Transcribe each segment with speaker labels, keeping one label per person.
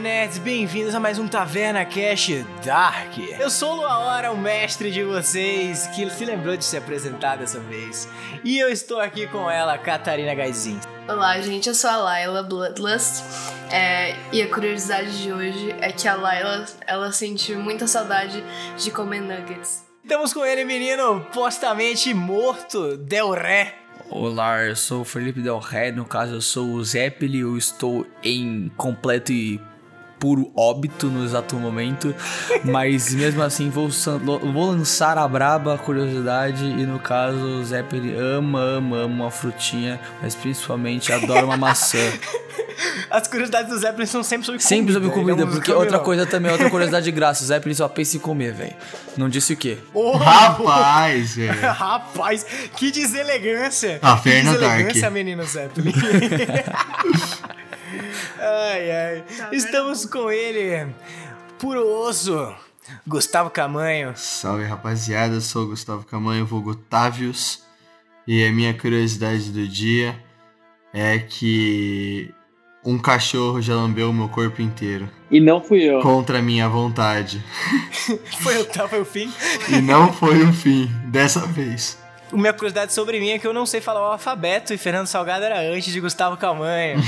Speaker 1: nerds, bem-vindos a mais um Taverna Cash Dark. Eu sou o Luaora, o mestre de vocês, que se lembrou de se apresentar dessa vez. E eu estou aqui com ela, Catarina Gaizin.
Speaker 2: Olá, gente, eu sou a Layla Bloodlust. é, e a curiosidade de hoje é que a Layla ela sentiu muita saudade de comer nuggets.
Speaker 1: Estamos com ele, menino, postamente morto, Del Ré.
Speaker 3: Olá, eu sou o Felipe Del Rey, no caso eu sou o Zeppeli, eu estou em completo e puro óbito no exato momento, mas mesmo assim vou, san- lo- vou lançar a braba curiosidade e no caso o Zeppeli ama, ama, ama uma frutinha, mas principalmente adora uma maçã.
Speaker 1: As curiosidades do Zeppelin são sempre sobre
Speaker 3: Sempre sobre
Speaker 1: ele é um
Speaker 3: comida,
Speaker 1: não
Speaker 3: porque é
Speaker 1: come,
Speaker 3: outra
Speaker 1: não.
Speaker 3: coisa também, outra curiosidade de graça, o Zeppeli só pensa em comer, velho. Não disse o quê?
Speaker 1: Oh,
Speaker 4: Rapaz, é. velho.
Speaker 1: Rapaz, que deselegância!
Speaker 4: Ah,
Speaker 1: que
Speaker 4: Fernanda
Speaker 1: deselegância,
Speaker 4: Dark.
Speaker 1: menino Zeppelin. ai, ai.
Speaker 2: vendo?
Speaker 1: Estamos com ele, puro osso, Gustavo Camanho.
Speaker 4: Salve, rapaziada. Eu sou o Gustavo Camanho, vulgo Távios. E a minha curiosidade do dia é que um cachorro já lambeu o meu corpo inteiro.
Speaker 5: E não fui eu.
Speaker 4: Contra a minha vontade.
Speaker 1: Foi o tal, foi o fim.
Speaker 4: E não foi o fim, dessa vez.
Speaker 1: Minha curiosidade sobre mim é que eu não sei falar o alfabeto e Fernando Salgado era antes de Gustavo Camanho.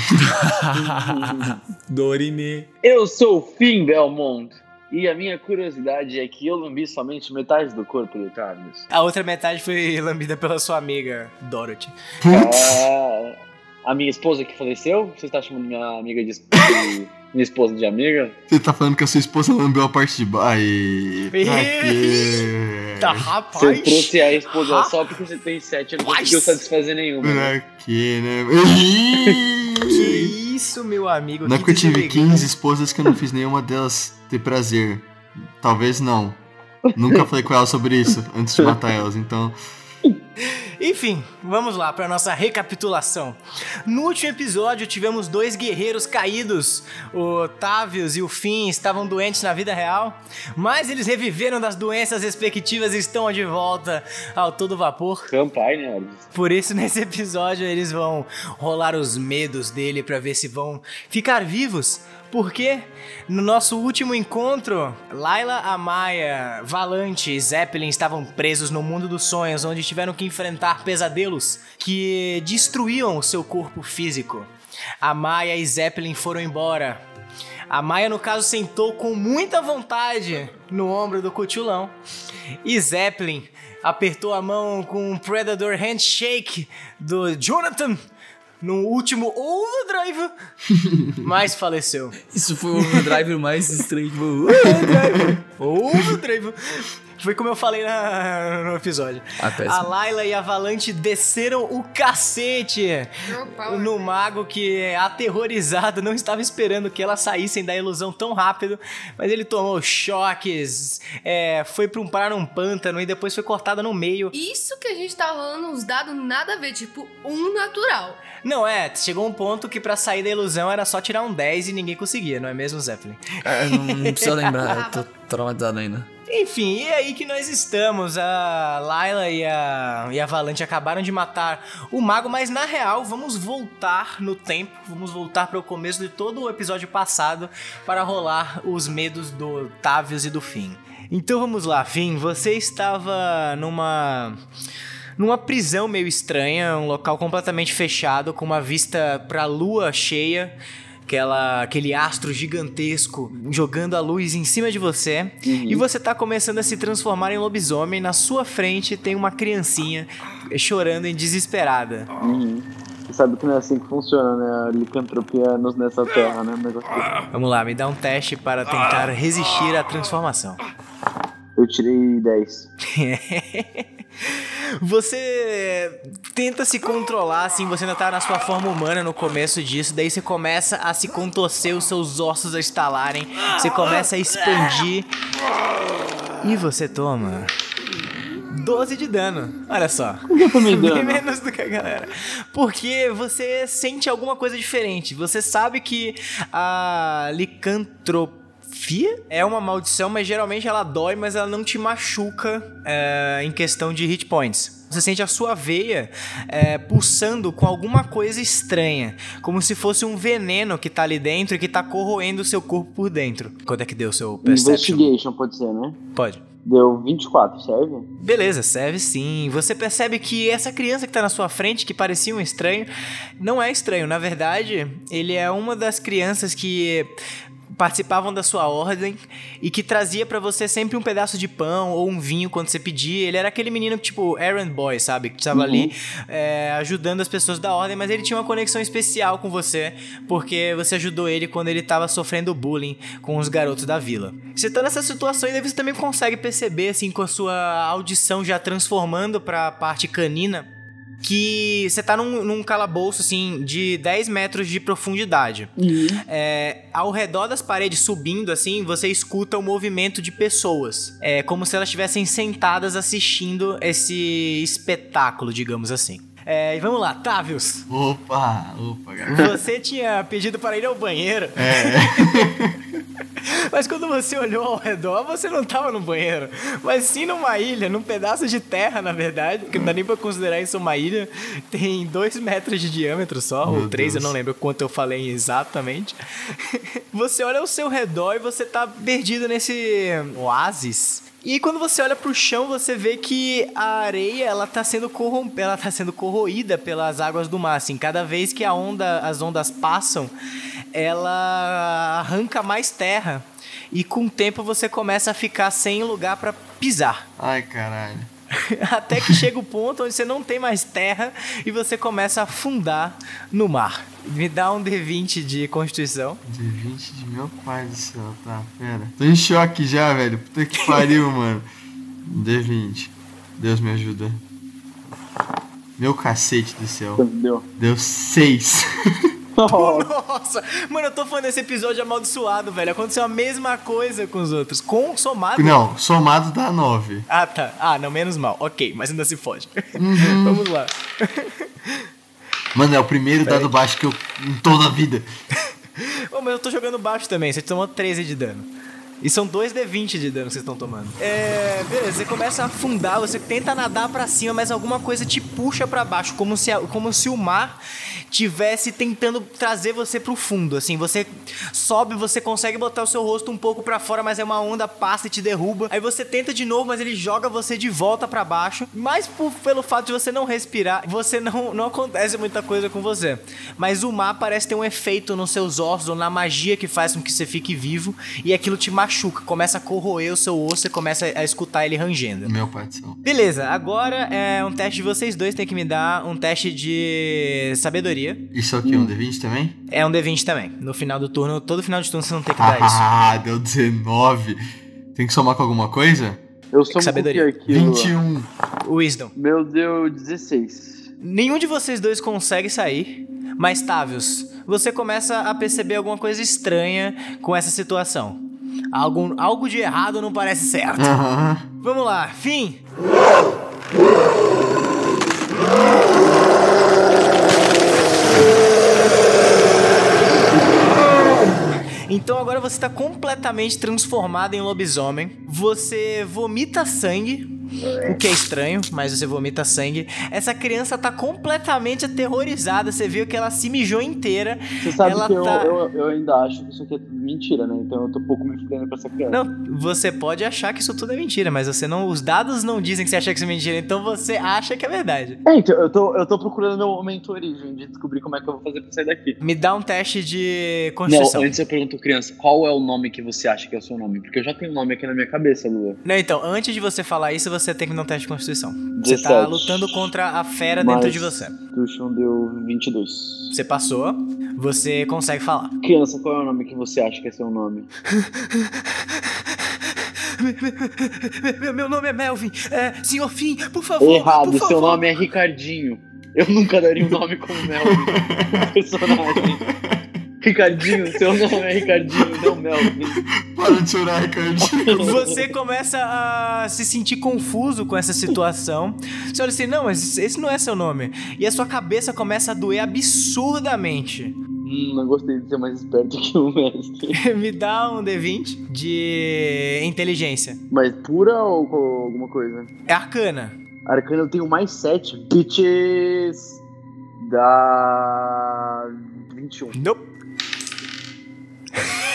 Speaker 3: Dorime.
Speaker 5: Eu sou o Fim Belmont. E a minha curiosidade é que eu lambi somente metade do corpo do Tarnus.
Speaker 1: A outra metade foi lambida pela sua amiga, Dorothy.
Speaker 4: Putz!
Speaker 5: É, a minha esposa que faleceu? Você está chamando minha amiga de. de- minha esposa de amiga?
Speaker 4: Você tá falando que a sua esposa lambeu a parte de baixo. Ai, pra quê?
Speaker 1: Tá,
Speaker 5: Você
Speaker 1: rapaz!
Speaker 5: trouxe a esposa
Speaker 1: Ah.
Speaker 5: só porque você tem sete anos e não
Speaker 1: Mas-
Speaker 5: conseguiu satisfazer nenhuma.
Speaker 1: É.
Speaker 5: né?
Speaker 4: Pra quê, né?
Speaker 1: Que isso, meu amigo?
Speaker 4: Não é porque eu tive
Speaker 1: deselegância.
Speaker 4: 15 esposas que eu não fiz nenhuma delas ter prazer. Talvez não. Nunca falei com elas sobre isso antes de matar elas, então.
Speaker 1: Enfim, vamos lá para nossa recapitulação. No último episódio tivemos dois guerreiros caídos. O Távios e o Finn estavam doentes na vida real, mas eles reviveram das doenças respectivas e estão de volta ao todo vapor.
Speaker 5: Campai, né? Orbis?
Speaker 1: Por isso, nesse episódio, eles vão rolar os medos dele pra ver se vão ficar vivos. Porque no nosso último encontro, Laila, Amaya, Valante e Zeppelin estavam presos no mundo dos sonhos, onde tiveram que enfrentar pesadelos que destruíam o seu corpo físico. Amaya e Zeppelin foram embora. A Maia, no caso, sentou com muita vontade no ombro do cutulão. E Zeppelin apertou a mão com um Predator Handshake do Jonathan no último overdrive, mas faleceu.
Speaker 3: Isso foi o overdrive mais estranho que eu...
Speaker 1: Overdrive. Foi como eu falei na- no episódio.
Speaker 3: Ah, péssimo.
Speaker 1: A Layla e a Valante desceram o cacete no mago que, aterrorizado, não estava esperando que elas saíssem da ilusão tão rápido, mas ele tomou choques, é, foi pra um parar num pântano e depois foi cortado no meio.
Speaker 2: Isso que a gente tá rolando uns dados nada a ver, tipo, um natural.
Speaker 1: Não, é, chegou um ponto que pra sair da ilusão era só tirar um 10 e ninguém conseguia, não é mesmo, Zeppelin?
Speaker 3: Ah, não, não precisa lembrar, eu tô traumatizado ainda.
Speaker 1: Enfim, e é aí que nós estamos. A Layla e a, e a Valante acabaram de matar o mago, mas na real, vamos voltar no tempo, vamos voltar para o começo de todo o episódio passado para rolar os medos do Távios e do Finn. Então vamos lá, Finn, você estava numa numa prisão meio estranha, um local completamente fechado com uma vista para a lua cheia. Aquela, aquele astro gigantesco jogando a luz em cima de você. E você tá começando a se transformar em lobisomem. Na sua frente tem uma criancinha chorando em desesperada.
Speaker 5: Uhum. Você sabe que não é assim que funciona, né? A licantropia nos- nessa terra, né? Mas eu-
Speaker 1: Vamos lá, me dá um teste para tentar resistir à transformação.
Speaker 5: eu tirei 10.
Speaker 1: Você tenta se controlar, assim, você ainda tá na sua forma humana no começo disso, daí você começa a se contorcer, os seus ossos a estalarem, você começa a expandir. E você toma 12 de dano. Olha só.
Speaker 5: Eu tô me
Speaker 1: Bem
Speaker 5: dando.
Speaker 1: menos do que a galera. Porque você sente alguma coisa diferente. Você sabe que a licantropia Fia? É uma maldição, mas geralmente ela dói, mas ela não te machuca é, em questão de hit points. Você sente a sua veia é, pulsando com alguma coisa estranha, como se fosse um veneno que tá ali dentro e que tá corroendo o seu corpo por dentro. Quando é que deu o seu perception?
Speaker 5: Investigation pode ser, né?
Speaker 1: Pode.
Speaker 5: Deu 24, serve?
Speaker 1: Beleza, serve sim. Você percebe que essa criança que tá na sua frente, que parecia um estranho, não é estranho. Na verdade, ele é uma das crianças que participavam da sua ordem e que trazia pra você sempre um pedaço de pão ou um vinho quando você pedia. Ele era aquele menino tipo errand boy, sabe? Que tava ali é, ajudando as pessoas da ordem, mas ele tinha uma conexão especial com você, porque você ajudou ele quando ele tava sofrendo bullying com os garotos da vila. Você tá nessa situação e daí você também consegue perceber, assim, com a sua audição já transformando pra parte canina, que você tá num, num calabouço, assim, de 10 metros de profundidade. É, ao redor das paredes, subindo, assim, você escuta o movimento de pessoas. É como se elas estivessem sentadas assistindo esse espetáculo, digamos assim. É, e vamos lá, Távios.
Speaker 4: Opa, opa, garoto.
Speaker 1: Você tinha pedido para ir ao banheiro,
Speaker 4: É,
Speaker 1: mas quando você olhou ao redor, você não tava no banheiro. Mas sim numa ilha, num pedaço de terra, na verdade, porque não dá nem pra considerar isso uma ilha. Tem dois metros de diâmetro só, ou
Speaker 4: Meu
Speaker 1: três, eu
Speaker 4: Deus.
Speaker 1: não lembro quanto eu falei exatamente. você olha ao seu redor e você tá perdido nesse oásis. E quando você olha pro chão, você vê que a areia, ela tá sendo corrompida, ela tá sendo corroída pelas águas do mar, assim, cada vez que a onda, as ondas passam, ela arranca mais terra. E com o tempo você começa a ficar sem lugar pra pisar.
Speaker 4: ai caralho.
Speaker 1: Até que chega o ponto onde você não tem mais terra e você começa a afundar no mar. Me dá um D20 de constituição.
Speaker 4: De 20 de meu pai do céu, tá, pera. Tô em choque já, velho. Puta que pariu, mano. D20. Deus me ajuda. Meu cacete do céu.
Speaker 5: Deu.
Speaker 4: Deu 6.
Speaker 1: Nossa! Mano, eu tô falando desse episódio é amaldiçoado, velho. Aconteceu a mesma coisa com os outros. Com o somado.
Speaker 4: Não, somado dá 9.
Speaker 1: Ah, tá. Ah, não, menos mal. Ok, mas ainda se fode. Vamos lá.
Speaker 4: Mano, é o primeiro dado baixo que eu. em toda a vida.
Speaker 1: Ô, mas eu tô jogando baixo também, você tomou 13 de dano. E são 2 D20 de dano que vocês estão tomando. É, beleza, você começa a afundar, você tenta nadar pra cima, mas alguma coisa te puxa pra baixo, como se, a- como se o mar tivesse tentando trazer você pro fundo. Assim, você sobe, você consegue botar o seu rosto um pouco pra fora, mas é uma onda passa e te derruba. Aí você tenta de novo, mas ele joga você de volta pra baixo. Mas por- pelo fato de você não respirar, você não, não acontece muita coisa com você. Mas o mar parece ter um efeito nos seus ossos ou na magia que faz com que você fique vivo e aquilo te machuca, começa a corroer o seu osso, você começa a escutar ele rangendo.
Speaker 4: Meu pai do céu.
Speaker 1: Beleza, agora é um teste de vocês dois, tem que me dar um teste de sabedoria.
Speaker 4: Isso aqui
Speaker 5: Hum.
Speaker 4: é um D20 também?
Speaker 1: É um D20 também. No final do turno, todo final de turno você não tem que dar isso.
Speaker 4: Ah, deu 19. Tem que somar com alguma coisa?
Speaker 5: Eu sou um
Speaker 1: Sabedoria.
Speaker 5: cookie aqui.
Speaker 4: 21.
Speaker 1: Wisdom.
Speaker 5: Meu deu 16.
Speaker 1: Nenhum de vocês dois consegue sair, mas Távios, você começa a perceber alguma coisa estranha com essa situação. Algo, algo de errado não parece certo.
Speaker 4: Aham.
Speaker 1: Vamos lá, fim! Então agora você está completamente transformado em lobisomem. Você vomita sangue, o que é estranho, mas você vomita sangue. Essa criança tá completamente aterrorizada. Você viu que ela se mijou inteira.
Speaker 5: Você sabe
Speaker 1: Ela
Speaker 5: que eu,
Speaker 1: tá-
Speaker 5: eu, eu ainda acho que isso aqui é tudo mentira, né? Então eu tô pouco me fudendo pra essa criança.
Speaker 1: Não, você pode achar que isso tudo é mentira, mas você não. Os dados não dizem que você acha que isso é mentira, então você acha que é verdade.
Speaker 5: É, então eu tô, eu tô procurando meu momento origem de descobrir como é que eu vou fazer pra sair daqui.
Speaker 1: Me dá um teste de
Speaker 5: Não,
Speaker 1: constituição. Não,
Speaker 5: antes eu pergunto, criança, qual é o nome que você acha que é o seu nome? Porque eu já tenho um nome aqui na minha cabeça, Lua.
Speaker 1: então, antes de você falar isso, você tem que me dar um teste de constituição. Você
Speaker 5: 17.
Speaker 1: tá lutando contra a fera dentro
Speaker 5: Mas-
Speaker 1: de você.
Speaker 5: Tuxon deu 22.
Speaker 1: Você passou, você consegue falar.
Speaker 5: Criança, qual é o nome que você acha que é seu nome?
Speaker 1: Meu, meu nome é Melvin. É, senhor Fim, por favor.
Speaker 5: Errado,
Speaker 1: por
Speaker 5: seu
Speaker 1: favor.
Speaker 5: nome é Ricardinho. Eu nunca daria um nome como Melvin. personagem. Ricardinho, seu nome é Ricardinho, não Melvin.
Speaker 4: Para de chorar, Ricardo.
Speaker 1: Você começa a se sentir confuso com essa situação. Você olha assim, não, mas esse não é seu nome. E a sua cabeça começa a doer absurdamente.
Speaker 5: Hum, não gostei de ser mais esperto que o mestre.
Speaker 1: Me dá um D20 de inteligência.
Speaker 5: Mas pura ou com alguma coisa?
Speaker 1: É arcana.
Speaker 5: Arcana eu tenho mais 7. Bitches! Dá. 21.
Speaker 1: Nope.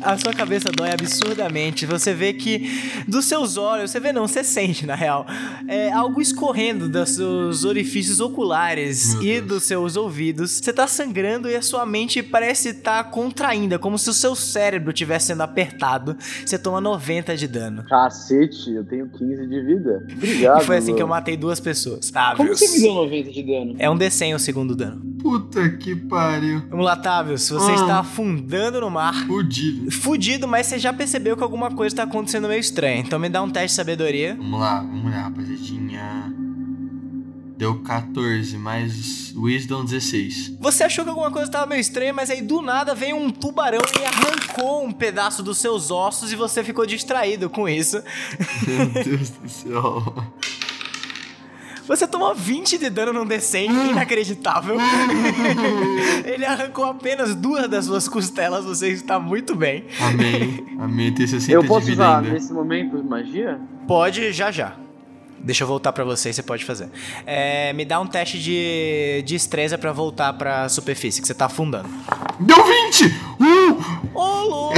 Speaker 1: A sua cabeça dói absurdamente. Você vê que dos seus olhos, você vê não, você sente na real, é, algo escorrendo dos seus orifícios oculares
Speaker 4: Meu
Speaker 1: e
Speaker 4: Deus.
Speaker 1: dos seus ouvidos. Você tá sangrando e a sua mente parece estar contraindo, é como se o seu cérebro estivesse sendo apertado. Você toma 90 de dano.
Speaker 5: Cacete, eu tenho 15 de vida.
Speaker 1: E
Speaker 5: Obrigado.
Speaker 1: foi assim que eu
Speaker 5: mano.
Speaker 1: matei duas pessoas.
Speaker 5: Como
Speaker 1: Távios.
Speaker 5: você me deu 90 de dano?
Speaker 1: É um D100 o segundo dano.
Speaker 4: Puta que pariu.
Speaker 1: Vamos lá, Távios. Você
Speaker 4: Ah.
Speaker 1: está afundando no mar.
Speaker 4: Fudido.
Speaker 1: Fudido, mas você já percebeu que alguma coisa tá acontecendo meio estranha. Então me dá um teste de sabedoria.
Speaker 4: Vamos lá, vamos lá, rapaziadinha. Deu 14, mais Wisdom 16.
Speaker 1: Você achou que alguma coisa tava meio estranha, mas aí do nada veio um tubarão e arrancou um pedaço dos seus ossos e você ficou distraído com isso.
Speaker 4: Meu Deus do céu.
Speaker 1: Você tomou 20 de dano num D100, inacreditável. Ele arrancou apenas duas das suas costelas, você está muito bem.
Speaker 4: Amém. Amém. Tem 60
Speaker 5: Eu posso
Speaker 4: de vida
Speaker 5: usar
Speaker 1: né?
Speaker 5: né?
Speaker 4: ainda.
Speaker 5: nesse momento magia?
Speaker 1: Pode já já. Deixa eu voltar pra você, você pode fazer. É, me dá um teste de de destreza pra voltar pra superfície, que você tá afundando.
Speaker 4: Deu 20! Uh!
Speaker 1: Ô, louco!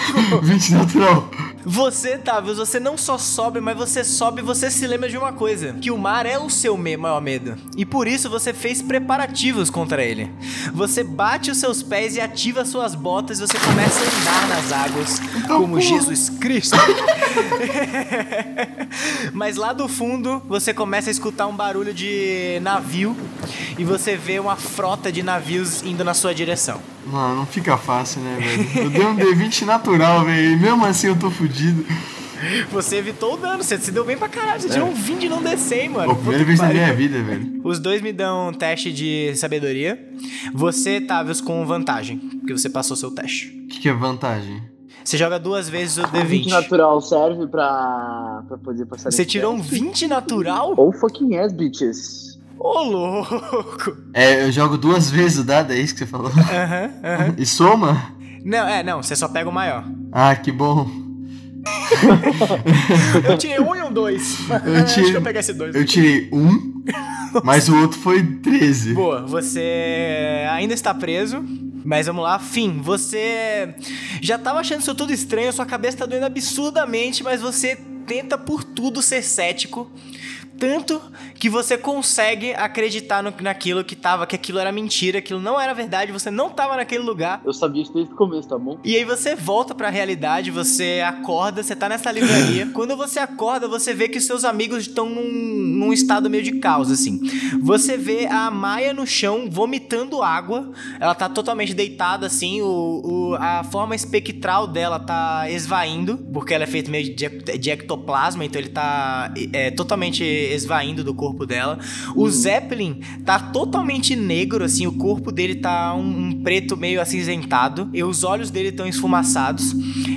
Speaker 4: 20 natural.
Speaker 1: Você, Tavius, você não só sobe, mas você sobe e você se lembra de uma coisa: que o mar é o seu me- maior medo. E por isso você fez preparativos contra ele. Você bate os seus pés e ativa suas botas e você começa a andar nas águas como
Speaker 4: Então, porra.
Speaker 1: Jesus Cristo. mas lá do fundo você começa a escutar um barulho de navio e você vê uma frota de navios indo na sua direção.
Speaker 4: Mano, não fica fácil, né, velho? Eu dei um D20 natural, velho. E mesmo assim eu tô fudido.
Speaker 1: Você evitou o dano, você se deu bem pra caralho. Você tirou um 20 e não descer, mano.
Speaker 4: Pô, É. primeira
Speaker 1: Puta
Speaker 4: vez
Speaker 1: que
Speaker 4: na
Speaker 1: pariu.
Speaker 4: minha vida, velho.
Speaker 1: Os dois me dão um teste de sabedoria. Você, Tavius, com vantagem, porque você passou seu teste.
Speaker 4: O que, que é vantagem?
Speaker 1: Você joga duas vezes o
Speaker 5: Ah, Vinte tá
Speaker 1: D20.
Speaker 5: natural serve pra, pra poder passar
Speaker 1: Você
Speaker 5: em
Speaker 1: tirou um
Speaker 5: teste?
Speaker 1: 20 natural?
Speaker 5: Oh fucking yes, bitches.
Speaker 1: Ô, louco!
Speaker 4: É, eu jogo duas vezes o dado, é isso que você falou?
Speaker 1: Aham, aham.
Speaker 4: E soma?
Speaker 1: Não, é, não, você só pega o maior.
Speaker 4: Ah, que bom.
Speaker 1: Eu tirei um e um dois.
Speaker 4: Eu
Speaker 1: Acho que eu
Speaker 4: tirei,
Speaker 1: peguei esse dois.
Speaker 4: eu tirei um, mas o outro foi 13.
Speaker 1: Boa, você ainda está preso. Mas vamos lá, fim. Você já estava achando isso tudo estranho, sua cabeça tá doendo absurdamente, mas você tenta por tudo ser cético. Tanto que você consegue acreditar no- naquilo que tava, que aquilo era mentira, aquilo não era verdade, você não tava naquele lugar.
Speaker 5: Eu sabia isso desde o começo, tá bom?
Speaker 1: E aí você volta pra realidade, você acorda, você tá nessa livraria. Quando você acorda, você vê que seus amigos estão num, num estado meio de caos, assim. Você vê a Maia no chão, vomitando água. Ela tá totalmente deitada, assim. O, o- a forma espectral dela tá esvaindo, porque ela é feita meio de, ec- de ectoplasma, então ele tá é, totalmente esvaindo do corpo dela. O Zeppelin tá totalmente negro, assim, o corpo dele tá um, um preto meio acinzentado, e os olhos dele estão esfumaçados.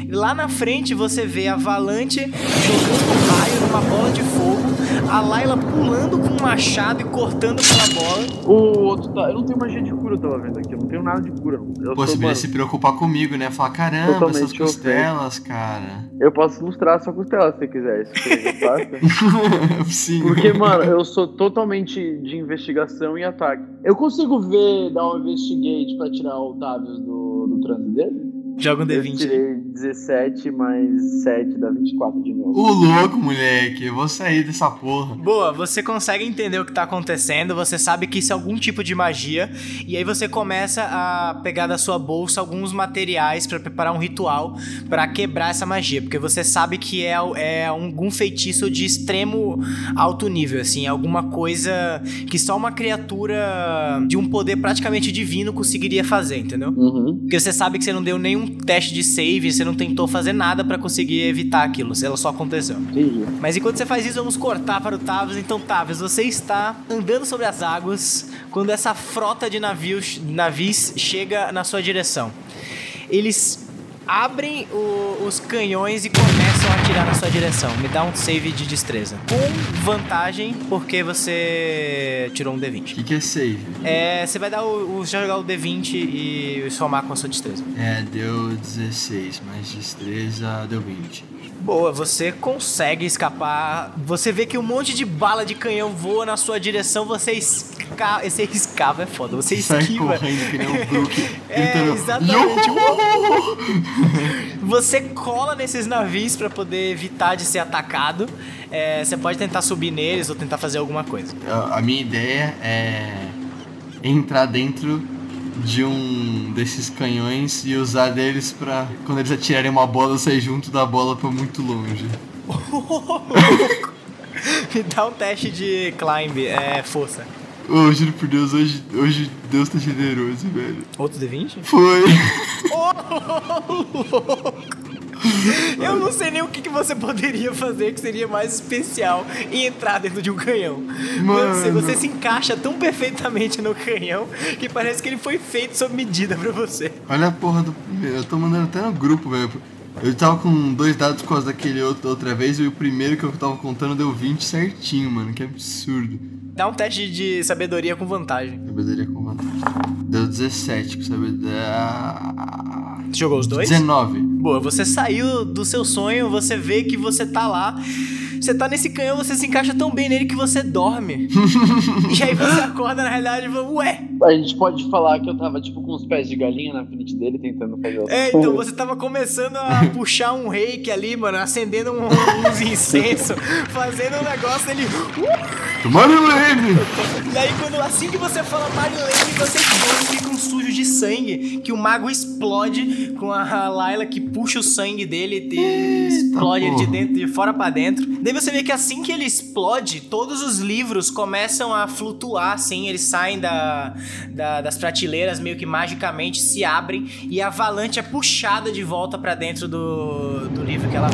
Speaker 1: Lá na frente você vê a Valante jogando raio numa bola de fogo, a Layla pulando com um machado e cortando pela bola.
Speaker 5: O outro tá. Eu não tenho magia de cura, eu tava vendo aqui. Eu não tenho nada de cura. Eu,
Speaker 4: Pô,
Speaker 5: sou,
Speaker 4: você
Speaker 5: mano,
Speaker 4: deveria se preocupar comigo, né? Falar, caramba,
Speaker 5: Totalmente
Speaker 4: essas
Speaker 5: ok.
Speaker 4: costelas, cara.
Speaker 5: eu posso ilustrar a sua costela se você quiser. Isso que eu faço.
Speaker 4: Sim.
Speaker 5: Porque, mano, eu sou totalmente de investigação e ataque. Eu consigo ver, dar um investigate pra tirar o Otávio do, do transe dele?
Speaker 1: Joga um
Speaker 5: Eu
Speaker 1: D20.
Speaker 5: tirei 17 mais 7 dá 24 de novo.
Speaker 4: O louco, moleque. Eu vou sair dessa porra.
Speaker 1: Boa, você consegue entender o que tá acontecendo, você sabe que isso é algum tipo de magia, e aí você começa a pegar da sua bolsa alguns materiais pra preparar um ritual pra quebrar essa magia, porque você sabe que é, é algum feitiço de extremo alto nível, assim, alguma coisa que só uma criatura de um poder praticamente divino conseguiria fazer, entendeu?
Speaker 5: Uhum.
Speaker 1: Porque você sabe que você não deu nenhum teste de save, você não tentou fazer nada pra conseguir evitar aquilo, ela só aconteceu.
Speaker 5: Entendi.
Speaker 1: Mas enquanto você faz isso, vamos cortar para o Tavius. Então, Tavius, você está andando sobre as águas quando essa frota de navios, navios chega na sua direção. Eles abrem o- os canhões e começam a atirar na sua direção. Me dá um save de destreza. Com vantagem, porque você tirou um
Speaker 4: O
Speaker 1: D20.
Speaker 4: que, que é save?
Speaker 1: É, você vai dar o, o- já jogar o D20 e somar com a sua destreza.
Speaker 4: É, deu 16, mais destreza deu 20.
Speaker 1: Boa, você consegue escapar. Você vê que um monte de bala de canhão voa na sua direção, você escapa. Você escapa, é foda. Você
Speaker 4: Sai
Speaker 1: esquiva.
Speaker 4: correndo que nem um Brook.
Speaker 1: É,
Speaker 4: gritando,
Speaker 1: exatamente.
Speaker 4: "Iô!"
Speaker 1: Você cola nesses navios pra poder evitar de ser atacado. É, você pode tentar subir neles ou tentar fazer alguma coisa.
Speaker 4: A a minha ideia é entrar dentro de um desses canhões e usar deles pra quando eles atirarem uma bola, eu sair junto da bola pra muito longe.
Speaker 1: Me dá um teste de climb, é força.
Speaker 4: Ô, eu juro por Deus, hoje, hoje Deus tá generoso, velho.
Speaker 1: Outro D20?
Speaker 4: Foi!
Speaker 1: Oh! Eu não sei nem o que, que você poderia fazer que seria mais especial e entrar dentro de um canhão.
Speaker 4: Mano.
Speaker 1: Você, você se encaixa tão perfeitamente no canhão que parece que ele foi feito sob medida pra você.
Speaker 4: Olha a porra do. meu, Eu tô mandando até no grupo, velho. Eu tava com dois dados por causa daquele outro da outra vez e o primeiro que eu tava contando deu 20 certinho, mano. Que absurdo.
Speaker 1: Dá um teste de sabedoria com vantagem.
Speaker 4: Sabedoria com vantagem. Deu 17 com sabedoria.
Speaker 1: Você jogou os dois?
Speaker 4: 19.
Speaker 1: Boa, você saiu do seu sonho, você vê que você tá lá. Você tá nesse canhão, você se encaixa tão bem nele que você dorme. e aí você acorda na realidade e fala, ué,
Speaker 5: A gente pode falar que eu tava, tipo, com os pés de galinha na frente dele, tentando fazer o...
Speaker 1: É, então você tava começando a puxar um reiki ali, mano, acendendo um, uns incenso, fazendo um negócio ele.
Speaker 4: Marilene!
Speaker 1: Daí quando assim que você fala Marilene, você explode, fica um sujo de sangue, que o mago explode com a Laila que puxa o sangue dele e explode ele de
Speaker 4: porra.
Speaker 1: dentro de fora pra dentro. Daí você vê que assim que ele explode, todos os livros começam a flutuar, assim, eles saem da, da- das prateleiras meio que magicamente se abrem e a avalanche é puxada de volta pra dentro do, do livro que ela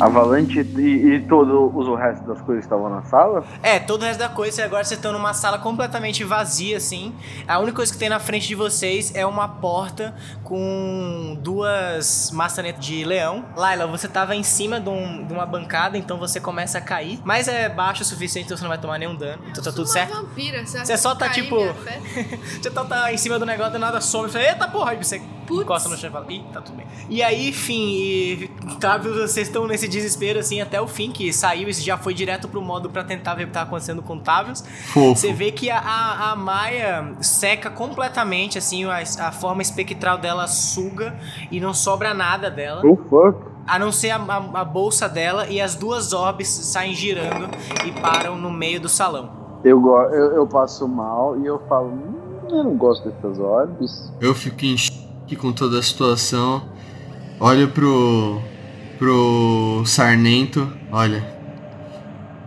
Speaker 5: Avalanche e, e todo os- o resto das coisas que estavam na sala?
Speaker 1: É, todo o resto da coisa, agora vocês estão numa sala completamente vazia, assim. A única coisa que tem na frente de vocês é uma porta com duas maçanetas de leão. Laila, você tava em cima de, um- de uma bancada, então você começa a cair. Mas é baixo o suficiente, então você não vai tomar nenhum dano. Então tá tudo certo.
Speaker 2: Uma vampira, você, acha
Speaker 1: Você
Speaker 2: que
Speaker 1: só
Speaker 2: eu
Speaker 1: tá,
Speaker 2: caí
Speaker 1: tipo-
Speaker 2: minha fé?
Speaker 1: Você tá, tá em cima do negócio, do nada some. Você, Eita porra, aí você
Speaker 2: Putz.
Speaker 1: encosta no chão e fala, ih, tá tudo bem. E aí, enfim, e, claro, vocês estão nesse desespero, assim, até o fim, que saiu, isso já foi direto pro modo pra tentar ver o que tá acontecendo com o Tavius.
Speaker 4: Fofo.
Speaker 1: Você vê que a, a, a Maia seca completamente, assim, a, a forma espectral dela suga e não sobra nada dela.
Speaker 5: Oh, fuck.
Speaker 1: A não ser a, a- a bolsa dela e as duas orbes saem girando e param no meio do salão.
Speaker 5: Eu, go- eu, eu passo mal e eu falo, "Hum, eu não gosto dessas orbes.
Speaker 4: Eu fico em choque com toda a situação. Olho pro. pro Sarnento. Olha.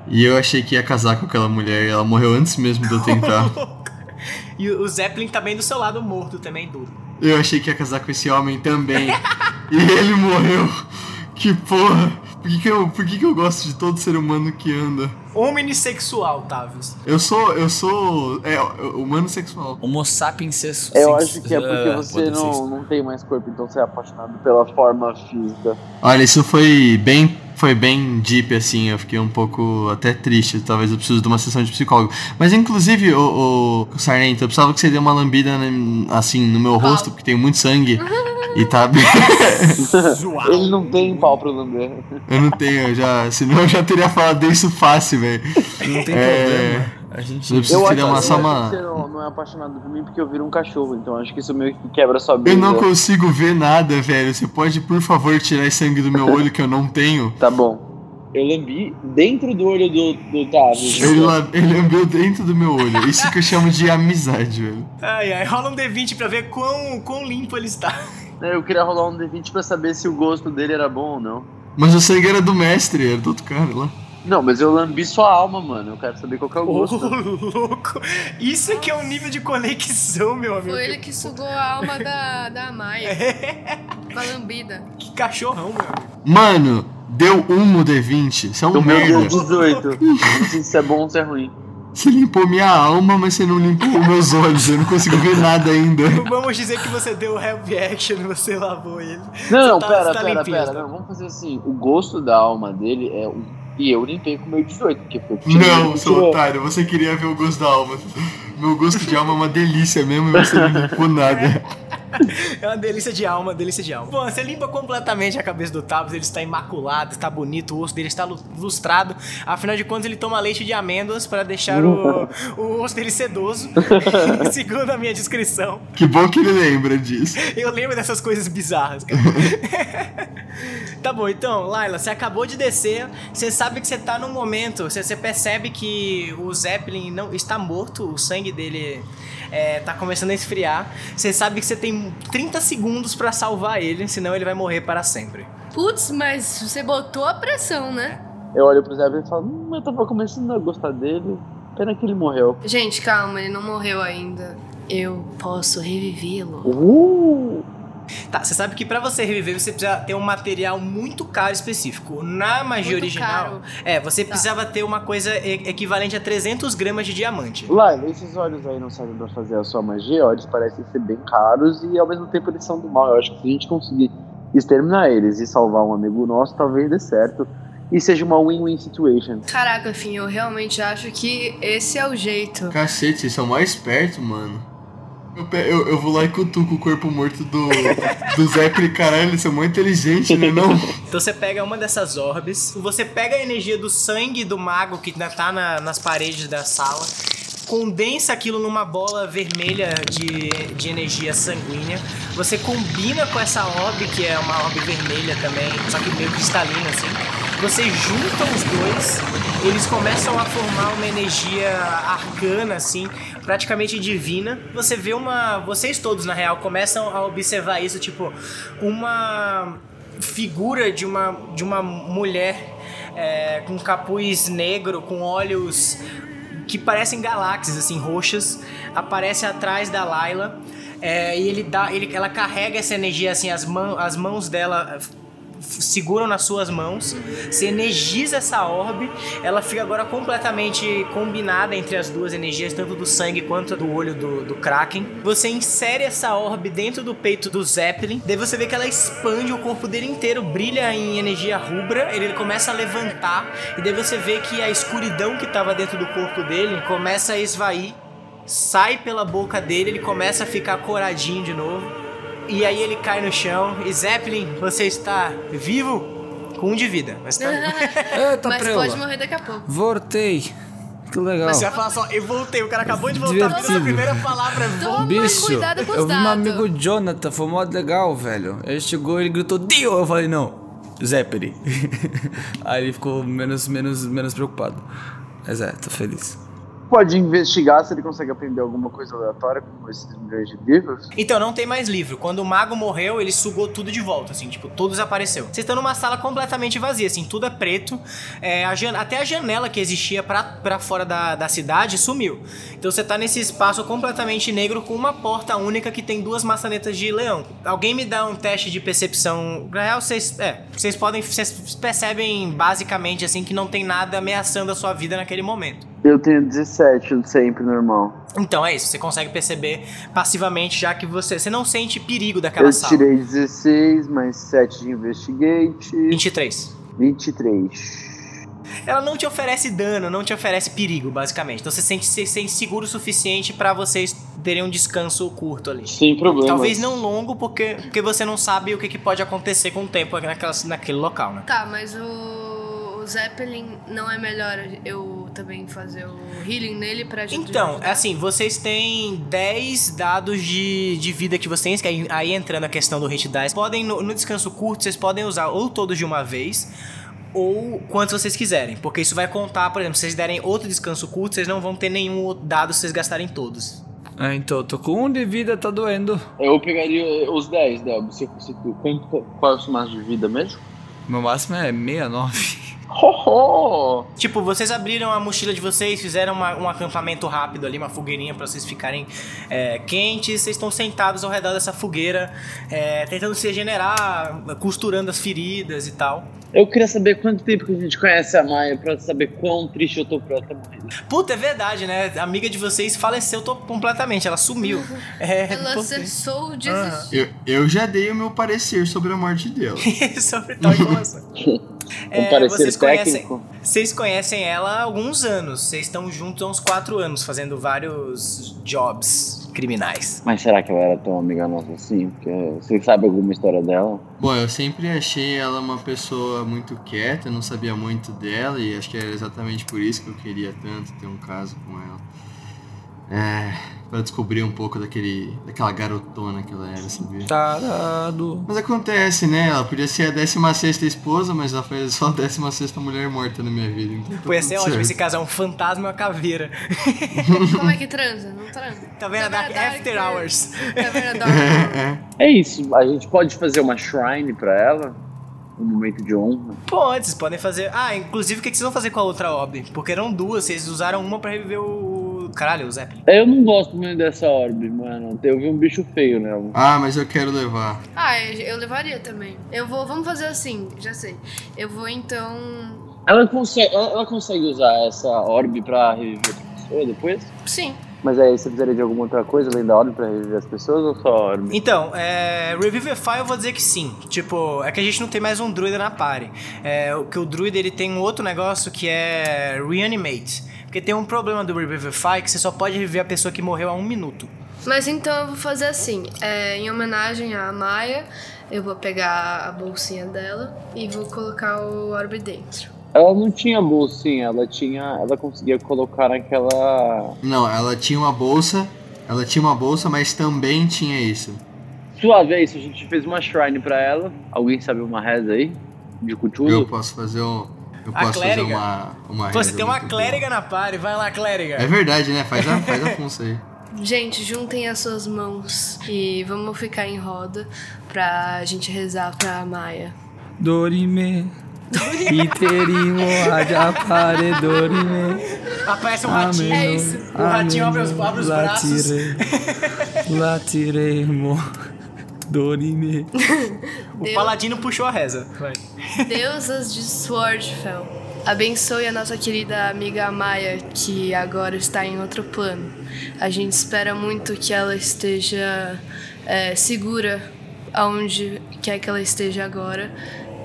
Speaker 4: E eu achei que ia casar com aquela mulher e ela morreu antes mesmo de eu tentar.
Speaker 1: e o o Zeppelin tá bem do seu lado, morto também, duro.
Speaker 4: Eu achei que ia casar com esse homem também. e ele morreu. Que porra. Por que, que, eu, por que, que eu gosto de todo ser humano que anda?
Speaker 1: Hominissexual, Tavius.
Speaker 4: Eu sou. Eu sou. É, humano sexual.
Speaker 3: Homo sapiens sex-
Speaker 5: Eu
Speaker 3: sex-
Speaker 5: acho que é porque
Speaker 3: ah,
Speaker 5: você
Speaker 3: foda-se isso.
Speaker 5: não, não tem mais corpo, então você é apaixonado pela forma física.
Speaker 4: Olha, isso foi bem. Foi bem deep, assim, eu fiquei um pouco até triste. Talvez eu precise de uma sessão de psicólogo. Mas inclusive, o, Sarnento, eu precisava que você dê uma lambida na- assim no meu
Speaker 2: Pau.
Speaker 4: rosto, porque tem muito sangue. e tá bem.
Speaker 5: Ele não tem pau pra lamber.
Speaker 4: Eu não tenho, eu já. Senão eu já teria falado isso fácil, velho.
Speaker 3: Não tem
Speaker 4: É.
Speaker 3: problema. A gente.
Speaker 4: Eu preciso te
Speaker 5: que
Speaker 4: dar uma só uma.
Speaker 5: você não, não é apaixonado por mim porque eu viro um cachorro, então acho que isso meio que quebra sua
Speaker 4: Eu
Speaker 5: brisa.
Speaker 4: não consigo ver nada, velho. Você pode, por favor, tirar esse sangue do meu olho que eu não tenho?
Speaker 5: Tá bom. Eu lambi dentro do olho do, do Tavis.
Speaker 4: Ele, la- ele lambeu dentro do meu olho. Isso que eu chamo de amizade, velho.
Speaker 1: Ai, ai, rola um D20 pra ver quão, quão limpo ele está.
Speaker 5: Eu queria rolar um D20 pra saber se o gosto dele era bom ou não.
Speaker 4: Mas o sangue era do mestre, era do outro cara lá.
Speaker 5: Não, mas eu lambi sua alma, mano. Eu quero saber qual que é o
Speaker 1: Ô,
Speaker 5: gosto.
Speaker 1: louco! Isso aqui é um nível de conexão, meu amigo.
Speaker 2: Foi ele que sugou a alma da, da Maia, uma lambida.
Speaker 1: Que cachorrão, meu amigo.
Speaker 4: Mano, deu um no D20. Isso é um
Speaker 5: O meu deu
Speaker 4: merda.
Speaker 5: 18. Não sei se isso é bom ou se é ruim.
Speaker 4: Você limpou minha alma, mas você não limpou meus olhos. Eu não consigo ver nada ainda.
Speaker 1: Vamos dizer que você deu help action, você lavou ele.
Speaker 5: Não, não,
Speaker 1: tá-
Speaker 5: pera,
Speaker 1: você tá
Speaker 5: pera,
Speaker 1: limpinho,
Speaker 5: pera.
Speaker 1: tá?
Speaker 5: Não, vamos fazer assim. O gosto da alma dele é um. E eu limpei com o meu 18, porque foi tipo o que tirou,
Speaker 4: Não,
Speaker 5: ele
Speaker 4: seu
Speaker 5: tirou.
Speaker 4: otário, você queria ver o gosto da alma. Meu gosto de alma é uma delícia mesmo e você não limpou nada.
Speaker 1: É uma delícia de alma, uma delícia de alma. Bom, você limpa completamente a cabeça do Tabus, ele está imaculado, está bonito, o osso dele está lu- lustrado. Afinal de contas, ele toma leite de amêndoas para deixar o, o osso dele sedoso, segundo a minha descrição.
Speaker 4: Que bom que ele lembra disso.
Speaker 1: Eu lembro dessas coisas bizarras, cara. tá bom, então, Laila, você acabou de descer, você sabe que você tá num momento, você, você percebe que o Zeppelin não está morto, o sangue dele é, tá começando a esfriar. Você sabe que você tem 30 segundos pra salvar ele, senão ele vai morrer para sempre.
Speaker 2: Putz, mas você botou a pressão, né?
Speaker 5: Eu olho pro Zé e falo, hum, eu tava começando a gostar dele. Pena que ele morreu.
Speaker 2: Gente, calma, ele não morreu ainda. Eu posso revivê-lo.
Speaker 5: Uh!
Speaker 1: Tá, você sabe que pra você reviver você precisa ter um material muito caro específico. Na magia
Speaker 2: Muito
Speaker 1: original,
Speaker 2: caro.
Speaker 1: é, você
Speaker 2: Tá.
Speaker 1: precisava ter uma coisa e- equivalente a 300 gramas de diamante.
Speaker 5: Laila, esses olhos aí não sabem pra fazer a sua magia, ó, eles parecem ser bem caros e ao mesmo tempo eles são do mal. Eu acho que se a gente conseguir exterminar eles e salvar um amigo nosso, talvez dê certo. E seja uma win-win situation.
Speaker 2: Caraca, Fim, eu realmente acho que esse é o jeito.
Speaker 4: Cacete, vocês são mais espertos, mano. Eu, pe- eu, eu vou lá e cutuco o corpo morto do, do Zeppelin, caralho, eles são muito inteligentes, né? Não.
Speaker 1: Então você pega uma dessas orbes, você pega a energia do sangue do mago que ainda tá na- nas paredes da sala, condensa aquilo numa bola vermelha de, de energia sanguínea, você combina com essa orbe, que é uma orbe vermelha também, só que meio cristalina assim, você junta os dois, eles começam a formar uma energia arcana assim, praticamente divina. Você vê uma, vocês todos na real começam a observar isso, tipo, uma figura de uma, de uma mulher é, com capuz negro, com olhos que parecem galáxias, assim, roxas, aparece atrás da Layla. é, e ele dá, ele, ela carrega essa energia, assim, as, mão, as mãos dela f- seguram nas suas mãos, se energiza essa orbe, ela fica agora completamente combinada entre as duas energias, tanto do sangue quanto do olho do, do Kraken. Você insere essa orbe dentro do peito do Zeppelin, daí você vê que ela expande o corpo dele inteiro, brilha em energia rubra, ele começa a levantar, e daí você vê que a escuridão que estava dentro do corpo dele começa a esvair, sai pela boca dele, ele começa a ficar coradinho de novo. E aí ele cai no chão. E Zeppelin, você está vivo? Com um de vida. Mas tá vivo.
Speaker 3: Eita,
Speaker 2: mas
Speaker 3: prela.
Speaker 2: pode morrer daqui a pouco.
Speaker 3: É, Voltei. Que legal.
Speaker 2: tá
Speaker 1: Mas você vai falar só, eu voltei, o cara acabou de voltar, mas a
Speaker 3: Divertido.
Speaker 1: primeira palavra
Speaker 2: Toma
Speaker 3: Bicho,
Speaker 2: cuidado com os
Speaker 3: eu vi meu
Speaker 2: dados.
Speaker 3: amigo Jonathan, foi mó legal, velho. Ele chegou, ele gritou, Dio! Eu falei, não, Zeppelin. Aí ele ficou menos, menos, menos preocupado. Mas é, tô feliz.
Speaker 5: Pode investigar se ele consegue aprender alguma coisa aleatória com esses milhões de livros.
Speaker 1: Então, não tem mais livro. Quando o mago morreu, ele sugou tudo de volta, assim, tipo, tudo desapareceu. Vocês estão numa sala completamente vazia, assim, tudo é preto. é, a jan- até a janela que existia pra, pra fora da, da cidade sumiu. Então você tá nesse espaço completamente negro com uma porta única que tem duas maçanetas de leão. Alguém me dá um teste de percepção. Na real, vocês. É, vocês podem. Vocês percebem basicamente assim que não tem nada ameaçando a sua vida naquele momento.
Speaker 5: Eu tenho 17 sempre, normal.
Speaker 1: Então é isso, você consegue perceber passivamente, já que você, você não sente perigo daquela
Speaker 5: Eu
Speaker 1: sala.
Speaker 5: tirei 16, mais 7 de investigate,
Speaker 1: 23.
Speaker 5: 23.
Speaker 1: Ela não te oferece dano, não te oferece perigo, basicamente. Então você sente, se sente seguro o suficiente pra vocês terem um descanso curto ali.
Speaker 5: Sem problema.
Speaker 1: Talvez não longo, porque, porque você não sabe o que, que pode acontecer com o tempo naquela, naquele local, né?
Speaker 2: Tá, mas o, o Zeppelin não é melhor eu também fazer o healing nele pra gente.
Speaker 1: Então,
Speaker 2: ajudar?
Speaker 1: assim, vocês têm 10 dados de, de vida que vocês têm, que aí, aí entrando a questão do hit dice, podem, no, no descanso curto, vocês podem usar ou todos de uma vez, ou quantos vocês quiserem, porque isso vai contar, por exemplo, se vocês derem outro descanso curto, vocês não vão ter nenhum outro dado se vocês gastarem todos.
Speaker 3: Ah, então, tô com um de vida, tá doendo.
Speaker 5: Eu pegaria os 10, Delbo, se eu fosse tu. Quanto- Qual é o seu máximo de vida mesmo?
Speaker 3: Meu máximo é 69.
Speaker 5: Ho, ho!
Speaker 1: Tipo, vocês abriram a mochila de vocês, fizeram uma- um acampamento rápido ali, uma fogueirinha pra vocês ficarem é, quentes. Vocês estão sentados ao redor dessa fogueira, é, tentando se regenerar, costurando as feridas e tal.
Speaker 5: Eu queria saber quanto tempo que a gente conhece a Maia pra saber quão triste eu tô por ela ter morrido.
Speaker 1: Puta, é verdade, né? A amiga de vocês faleceu to- completamente, ela sumiu. É,
Speaker 2: Ela
Speaker 1: pô,
Speaker 2: cessou de existir.
Speaker 4: Eu, eu já dei o meu parecer sobre a morte dela.
Speaker 1: sobre tal informação.
Speaker 5: Um
Speaker 1: É,
Speaker 5: parecer
Speaker 1: vocês conhecem,
Speaker 5: técnico.
Speaker 1: vocês conhecem ela há alguns anos. Vocês estão juntos há uns quatro anos, fazendo vários jobs criminais.
Speaker 5: Mas será que ela era tão amiga nossa assim? Porque você sabe alguma história dela?
Speaker 4: Bom, eu sempre achei ela uma pessoa muito quieta, não sabia muito dela e acho que era exatamente por isso que eu queria tanto ter um caso com ela. É, pra descobrir um pouco daquele, daquela garotona que ela era, sabia?
Speaker 3: Tarado.
Speaker 4: Mas acontece, né? Ela podia ser a 16 esposa, mas ela foi só a 16 mulher morta na minha vida. Então tá
Speaker 1: Podia
Speaker 4: tudo
Speaker 1: ser ótimo
Speaker 4: certo.
Speaker 1: esse casal, um fantasma e uma caveira.
Speaker 2: Como é que transa? Não transa.
Speaker 1: Ah. Tá vendo? A Dark
Speaker 2: Dark
Speaker 1: After
Speaker 2: Dark.
Speaker 1: Hours.
Speaker 2: Tá vendo? Adoro.
Speaker 5: É isso, a gente pode fazer uma shrine pra ela? Um momento de honra.
Speaker 1: Pode, vocês podem fazer. Ah, inclusive, o que que vocês vão fazer com a outra orb? Porque eram duas, vocês usaram uma pra reviver o. Caralho, o Zeppelin.
Speaker 5: Eu não gosto muito dessa orbe, mano. Eu vi um bicho feio nela.
Speaker 4: Ah, mas eu quero levar.
Speaker 2: Ah, eu, eu levaria também. Eu vou, vamos fazer assim, já sei. Eu vou então.
Speaker 5: Ela consegue, ela, ela consegue usar essa orbe pra reviver outra pessoa depois?
Speaker 2: Sim.
Speaker 5: Mas aí você precisaria de alguma outra coisa além da orbe pra reviver as pessoas ou só a orbe?
Speaker 1: Então, é, Revivify eu vou dizer que sim. Tipo, é que a gente não tem mais um druida na party. É, o que o druida ele tem um outro negócio que é Reanimate. Porque tem um problema do Revivify que você só pode reviver a pessoa que morreu há um minuto.
Speaker 2: Mas então eu vou fazer assim. é, em homenagem à Maia, eu vou pegar a bolsinha dela e vou colocar o orbe dentro.
Speaker 5: Ela não tinha bolsinha, ela tinha. Ela conseguia colocar naquela.
Speaker 4: Não, ela tinha uma bolsa. Ela tinha uma bolsa, mas também tinha isso.
Speaker 5: Sua vez, a gente fez uma shrine pra ela. Alguém sabe uma reza aí? De
Speaker 4: Eu
Speaker 5: Cthulhu?
Speaker 4: posso fazer um. Eu
Speaker 1: A
Speaker 4: posso fazer
Speaker 1: clériga?
Speaker 4: uma. uma
Speaker 1: Pô,
Speaker 4: reza
Speaker 1: você
Speaker 3: é
Speaker 1: tem uma
Speaker 4: muito boa.
Speaker 1: clériga na party, vai lá, clériga.
Speaker 4: É verdade, né? Faz a, faz a função aí.
Speaker 2: Gente, juntem as suas mãos e vamos ficar em roda pra gente rezar pra Maia.
Speaker 3: Dorime. Iterimo adapare dorime.
Speaker 1: Aparece um
Speaker 3: Ah,
Speaker 1: ratinho.
Speaker 2: É isso.
Speaker 1: O ratinho abre os- abre os braços.
Speaker 3: Latiremo. Dorime.
Speaker 1: O
Speaker 2: Deus.
Speaker 1: paladino puxou a reza. Vai.
Speaker 2: Deusas de Swordfell, abençoe a nossa querida amiga Maia, que agora está em outro plano. A gente espera muito que ela esteja eh, segura aonde quer que ela esteja agora.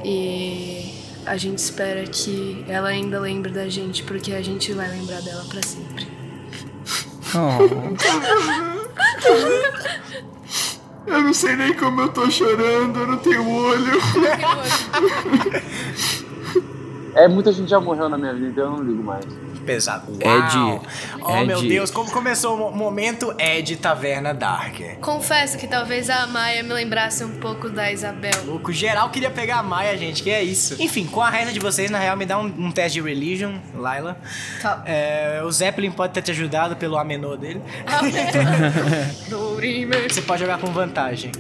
Speaker 2: E a gente espera que ela ainda lembre da gente, porque a gente vai lembrar dela para sempre.
Speaker 3: Oh,
Speaker 4: Eu não sei nem como eu tô chorando, eu não tenho olho.
Speaker 5: É, muita gente já morreu na minha vida, então eu não ligo mais.
Speaker 1: Pesado.
Speaker 3: Ed,
Speaker 1: Uau. Oh, meu
Speaker 3: Ed.
Speaker 1: Deus, como começou o mo- momento Ed Taverna Dark.
Speaker 2: Confesso que talvez a Maia me lembrasse um pouco da Isabel.
Speaker 1: Louco, geral queria pegar a Maia, gente, que é isso. Enfim, com a reza de vocês, na real, me dá um, um teste de religion, Laila.
Speaker 2: Tá.
Speaker 1: É, o Zeppelin pode ter te ajudado pelo amenô dele. Você pode jogar com vantagem.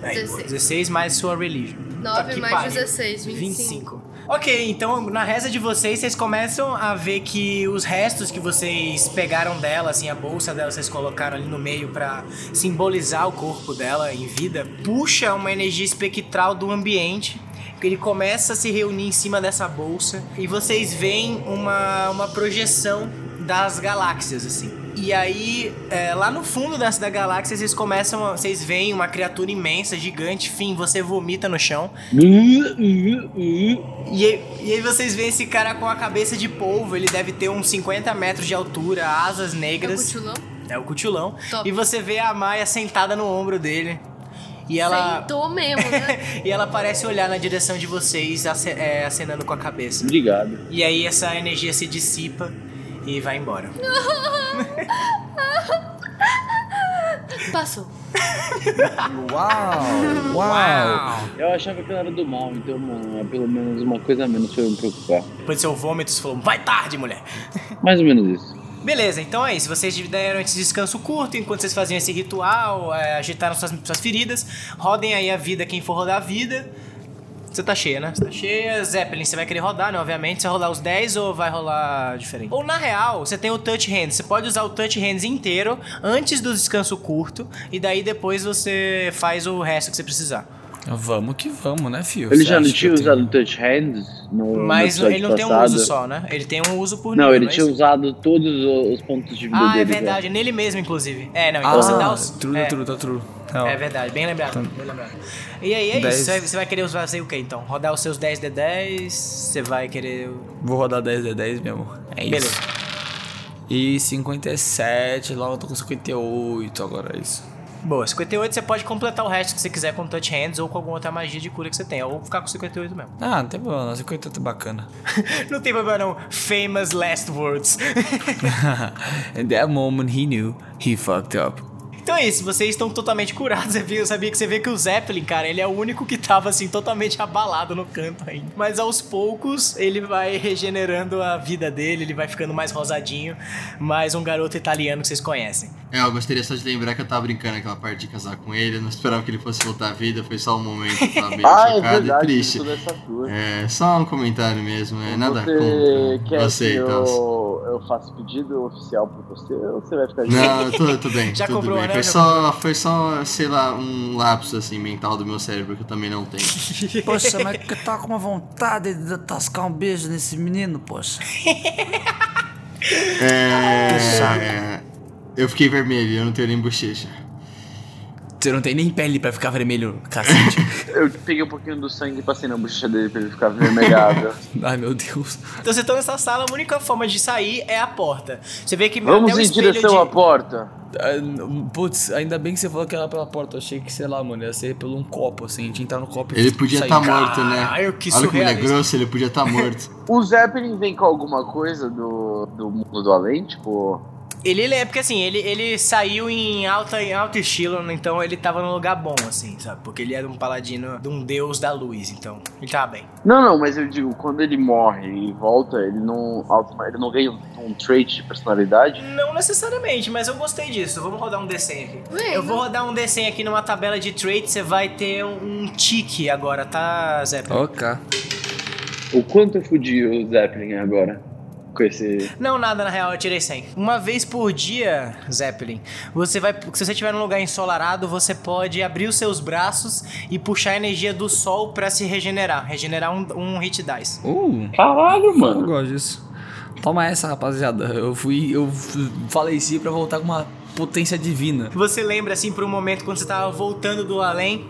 Speaker 1: Aí, pô,
Speaker 2: 16.
Speaker 1: 16 mais sua religion.
Speaker 2: 9
Speaker 1: Tá que
Speaker 2: mais
Speaker 1: pariu.
Speaker 2: 16, 25.
Speaker 1: Ok, então na reza de vocês, vocês começam a ver que os restos que vocês pegaram dela, assim, a bolsa dela, vocês colocaram ali no meio pra simbolizar o corpo dela em vida, puxa uma energia espectral do ambiente. que Ele começa a se reunir em cima dessa bolsa e vocês veem uma, uma projeção das galáxias, assim. E aí, é, lá no fundo dessa da galáxia, vocês começam. a- Vocês veem uma criatura imensa, gigante, fim, você vomita no chão. E aí, e aí vocês veem esse cara com a cabeça de polvo, ele deve ter uns 50 metros de altura, asas
Speaker 2: É o
Speaker 1: negras.
Speaker 2: cutulão?
Speaker 1: É o cutilão.
Speaker 2: Top.
Speaker 1: E você vê a Maia sentada no ombro dele. E ela.
Speaker 2: Sentou mesmo, né?
Speaker 1: E ela parece olhar na direção de vocês, ace- é, acenando com a cabeça.
Speaker 5: Obrigado.
Speaker 1: E aí essa energia se dissipa e vai embora.
Speaker 2: Passou.
Speaker 3: uau, uau.
Speaker 5: Eu achava que ela era do mal, então, mano, é pelo menos uma coisa a menos pra eu me preocupar.
Speaker 1: Depois do seu vômito, você falou: vai tarde, mulher!
Speaker 5: Mais ou menos isso.
Speaker 1: Beleza, então é isso. Vocês deram esse descanso curto enquanto vocês faziam esse ritual, é, agitaram suas, suas feridas. Rodem aí a vida, quem for rodar a vida. Você tá cheia, né? Você tá cheia. Zeppelin, você vai querer rodar, né? Obviamente. Você vai rolar os 10 ou vai rolar diferente? Ou na real, você tem o touch hands. Você pode usar o touch hands inteiro antes do descanso curto. E daí depois você faz o resto que você precisar.
Speaker 3: Vamos que vamos, né, fio?
Speaker 5: Ele
Speaker 3: Cê
Speaker 5: já não
Speaker 3: acha que
Speaker 5: tinha
Speaker 3: eu tenho-
Speaker 5: usado Touch Hands no. no
Speaker 1: Mas
Speaker 5: episódio
Speaker 1: ele não tem um
Speaker 5: passado?
Speaker 1: uso só, né? Ele tem um uso por
Speaker 5: Não,
Speaker 1: nível,
Speaker 5: ele
Speaker 1: é
Speaker 5: tinha
Speaker 1: isso?
Speaker 5: usado todos o- os pontos de vida
Speaker 1: Ah,
Speaker 5: dele. né?
Speaker 1: é
Speaker 5: já.
Speaker 1: verdade, nele mesmo, inclusive. É, não, então
Speaker 3: Ah,
Speaker 1: você dá os.
Speaker 3: true,
Speaker 1: é,
Speaker 3: true, tá true. Não.
Speaker 1: é verdade, bem lembrado, bem lembrado. E aí é
Speaker 3: Dez.
Speaker 1: isso, você vai- você vai querer usar fazer o que então? Rodar os seus 10 de 10, você vai querer.
Speaker 3: Vou rodar 10 de 10 mesmo. É isso.
Speaker 1: Beleza.
Speaker 3: E 57, logo eu tô com 58 agora, é isso.
Speaker 1: Boa, 58 você pode completar o resto que você quiser com touch hands ou com alguma outra magia de cura que você tem, ou ficar com 58 mesmo.
Speaker 3: Ah, não tem problema, não, 58 é bacana.
Speaker 1: Não tem problema não. Famous last words.
Speaker 3: And that moment he knew he fucked up.
Speaker 1: então é isso, vocês estão totalmente curados. Eu vi- eu sabia que você vê que o Zeppelin, cara, ele é o único que tava assim totalmente abalado no canto ainda. Mas aos poucos ele vai regenerando a vida dele, ele vai ficando mais rosadinho, mais um garoto italiano que vocês conhecem.
Speaker 4: É, eu gostaria só de lembrar que eu tava brincando aquela parte de casar com ele, eu não esperava que ele fosse voltar à vida, foi só um momento que eu tava meio
Speaker 5: Ah, é
Speaker 4: chocado e
Speaker 5: verdade.
Speaker 4: triste.
Speaker 5: Toda essa tour.
Speaker 4: É, só um comentário mesmo, é nada
Speaker 5: você
Speaker 4: contra
Speaker 5: quer
Speaker 4: você então.
Speaker 5: que
Speaker 4: e tal.
Speaker 5: eu, eu faça pedido oficial pra você ou você vai ficar
Speaker 4: Não, eu tô, eu tô bem,
Speaker 1: Já
Speaker 4: tudo
Speaker 1: comprou,
Speaker 4: bem.
Speaker 1: né?
Speaker 4: Foi
Speaker 1: Já
Speaker 4: só, foi só, sei lá, um lapso assim mental do meu cérebro que eu também não tenho.
Speaker 6: Poxa, mas que eu tava com uma vontade de atascar um beijo nesse menino, poxa.
Speaker 4: É, eu fiquei vermelho, eu não tenho nem bochecha.
Speaker 3: Você não tem nem pele pra ficar vermelho, cacete.
Speaker 5: Eu peguei um pouquinho do sangue e passei na bochecha dele pra ele ficar vermelhado.
Speaker 3: Ai, meu Deus.
Speaker 1: Então vocês estão nessa sala, a única forma de sair é a porta. Você vê que
Speaker 5: Vamos
Speaker 4: um
Speaker 1: até o
Speaker 5: em
Speaker 1: espelho
Speaker 5: direção
Speaker 1: de...
Speaker 5: à porta.
Speaker 3: Ah, n- Putz, ainda bem que você falou que era pela porta. Eu achei que, sei lá, mano, ia ser pelo um copo, assim. A gente entrar no copo e
Speaker 4: Ele podia
Speaker 3: sair.
Speaker 4: estar morto, né?
Speaker 1: Caralho, que
Speaker 4: Olha como ele é
Speaker 1: surrealista.
Speaker 4: grosso, ele podia estar morto.
Speaker 5: O Zeppelin vem com alguma coisa do, do mundo do além, tipo.
Speaker 1: Ele, ele é porque assim, ele, ele saiu em alta em alto estilo, então ele tava num lugar bom, assim, sabe? Porque ele era um paladino de um deus da luz, então ele tava bem.
Speaker 5: Não, não, mas eu digo, quando ele morre e volta, ele não, automa- ele não ganha um trait de personalidade.
Speaker 1: Não necessariamente, mas eu gostei disso. Vamos rodar um D100 aqui.
Speaker 2: Vem,
Speaker 1: eu vou rodar um D100 aqui numa tabela de traits, você vai ter um, um tique agora, tá, Zé?
Speaker 3: Ok.
Speaker 5: O quanto eu fudi o Zeppelin agora? Com esse.
Speaker 1: Não, nada, na real, eu tirei 100. Uma vez por dia, Zeppelin, você vai. Se você estiver num lugar ensolarado, você pode abrir os seus braços e puxar a energia do sol pra se regenerar. Regenerar um, um hit dice.
Speaker 3: Uh,
Speaker 5: Caralho,
Speaker 3: eu
Speaker 5: mano!
Speaker 3: gosto disso. Toma essa, rapaziada. Eu fui. Eu f- faleci pra voltar com uma potência divina.
Speaker 1: Você lembra, assim, por um momento, quando você tava voltando do além,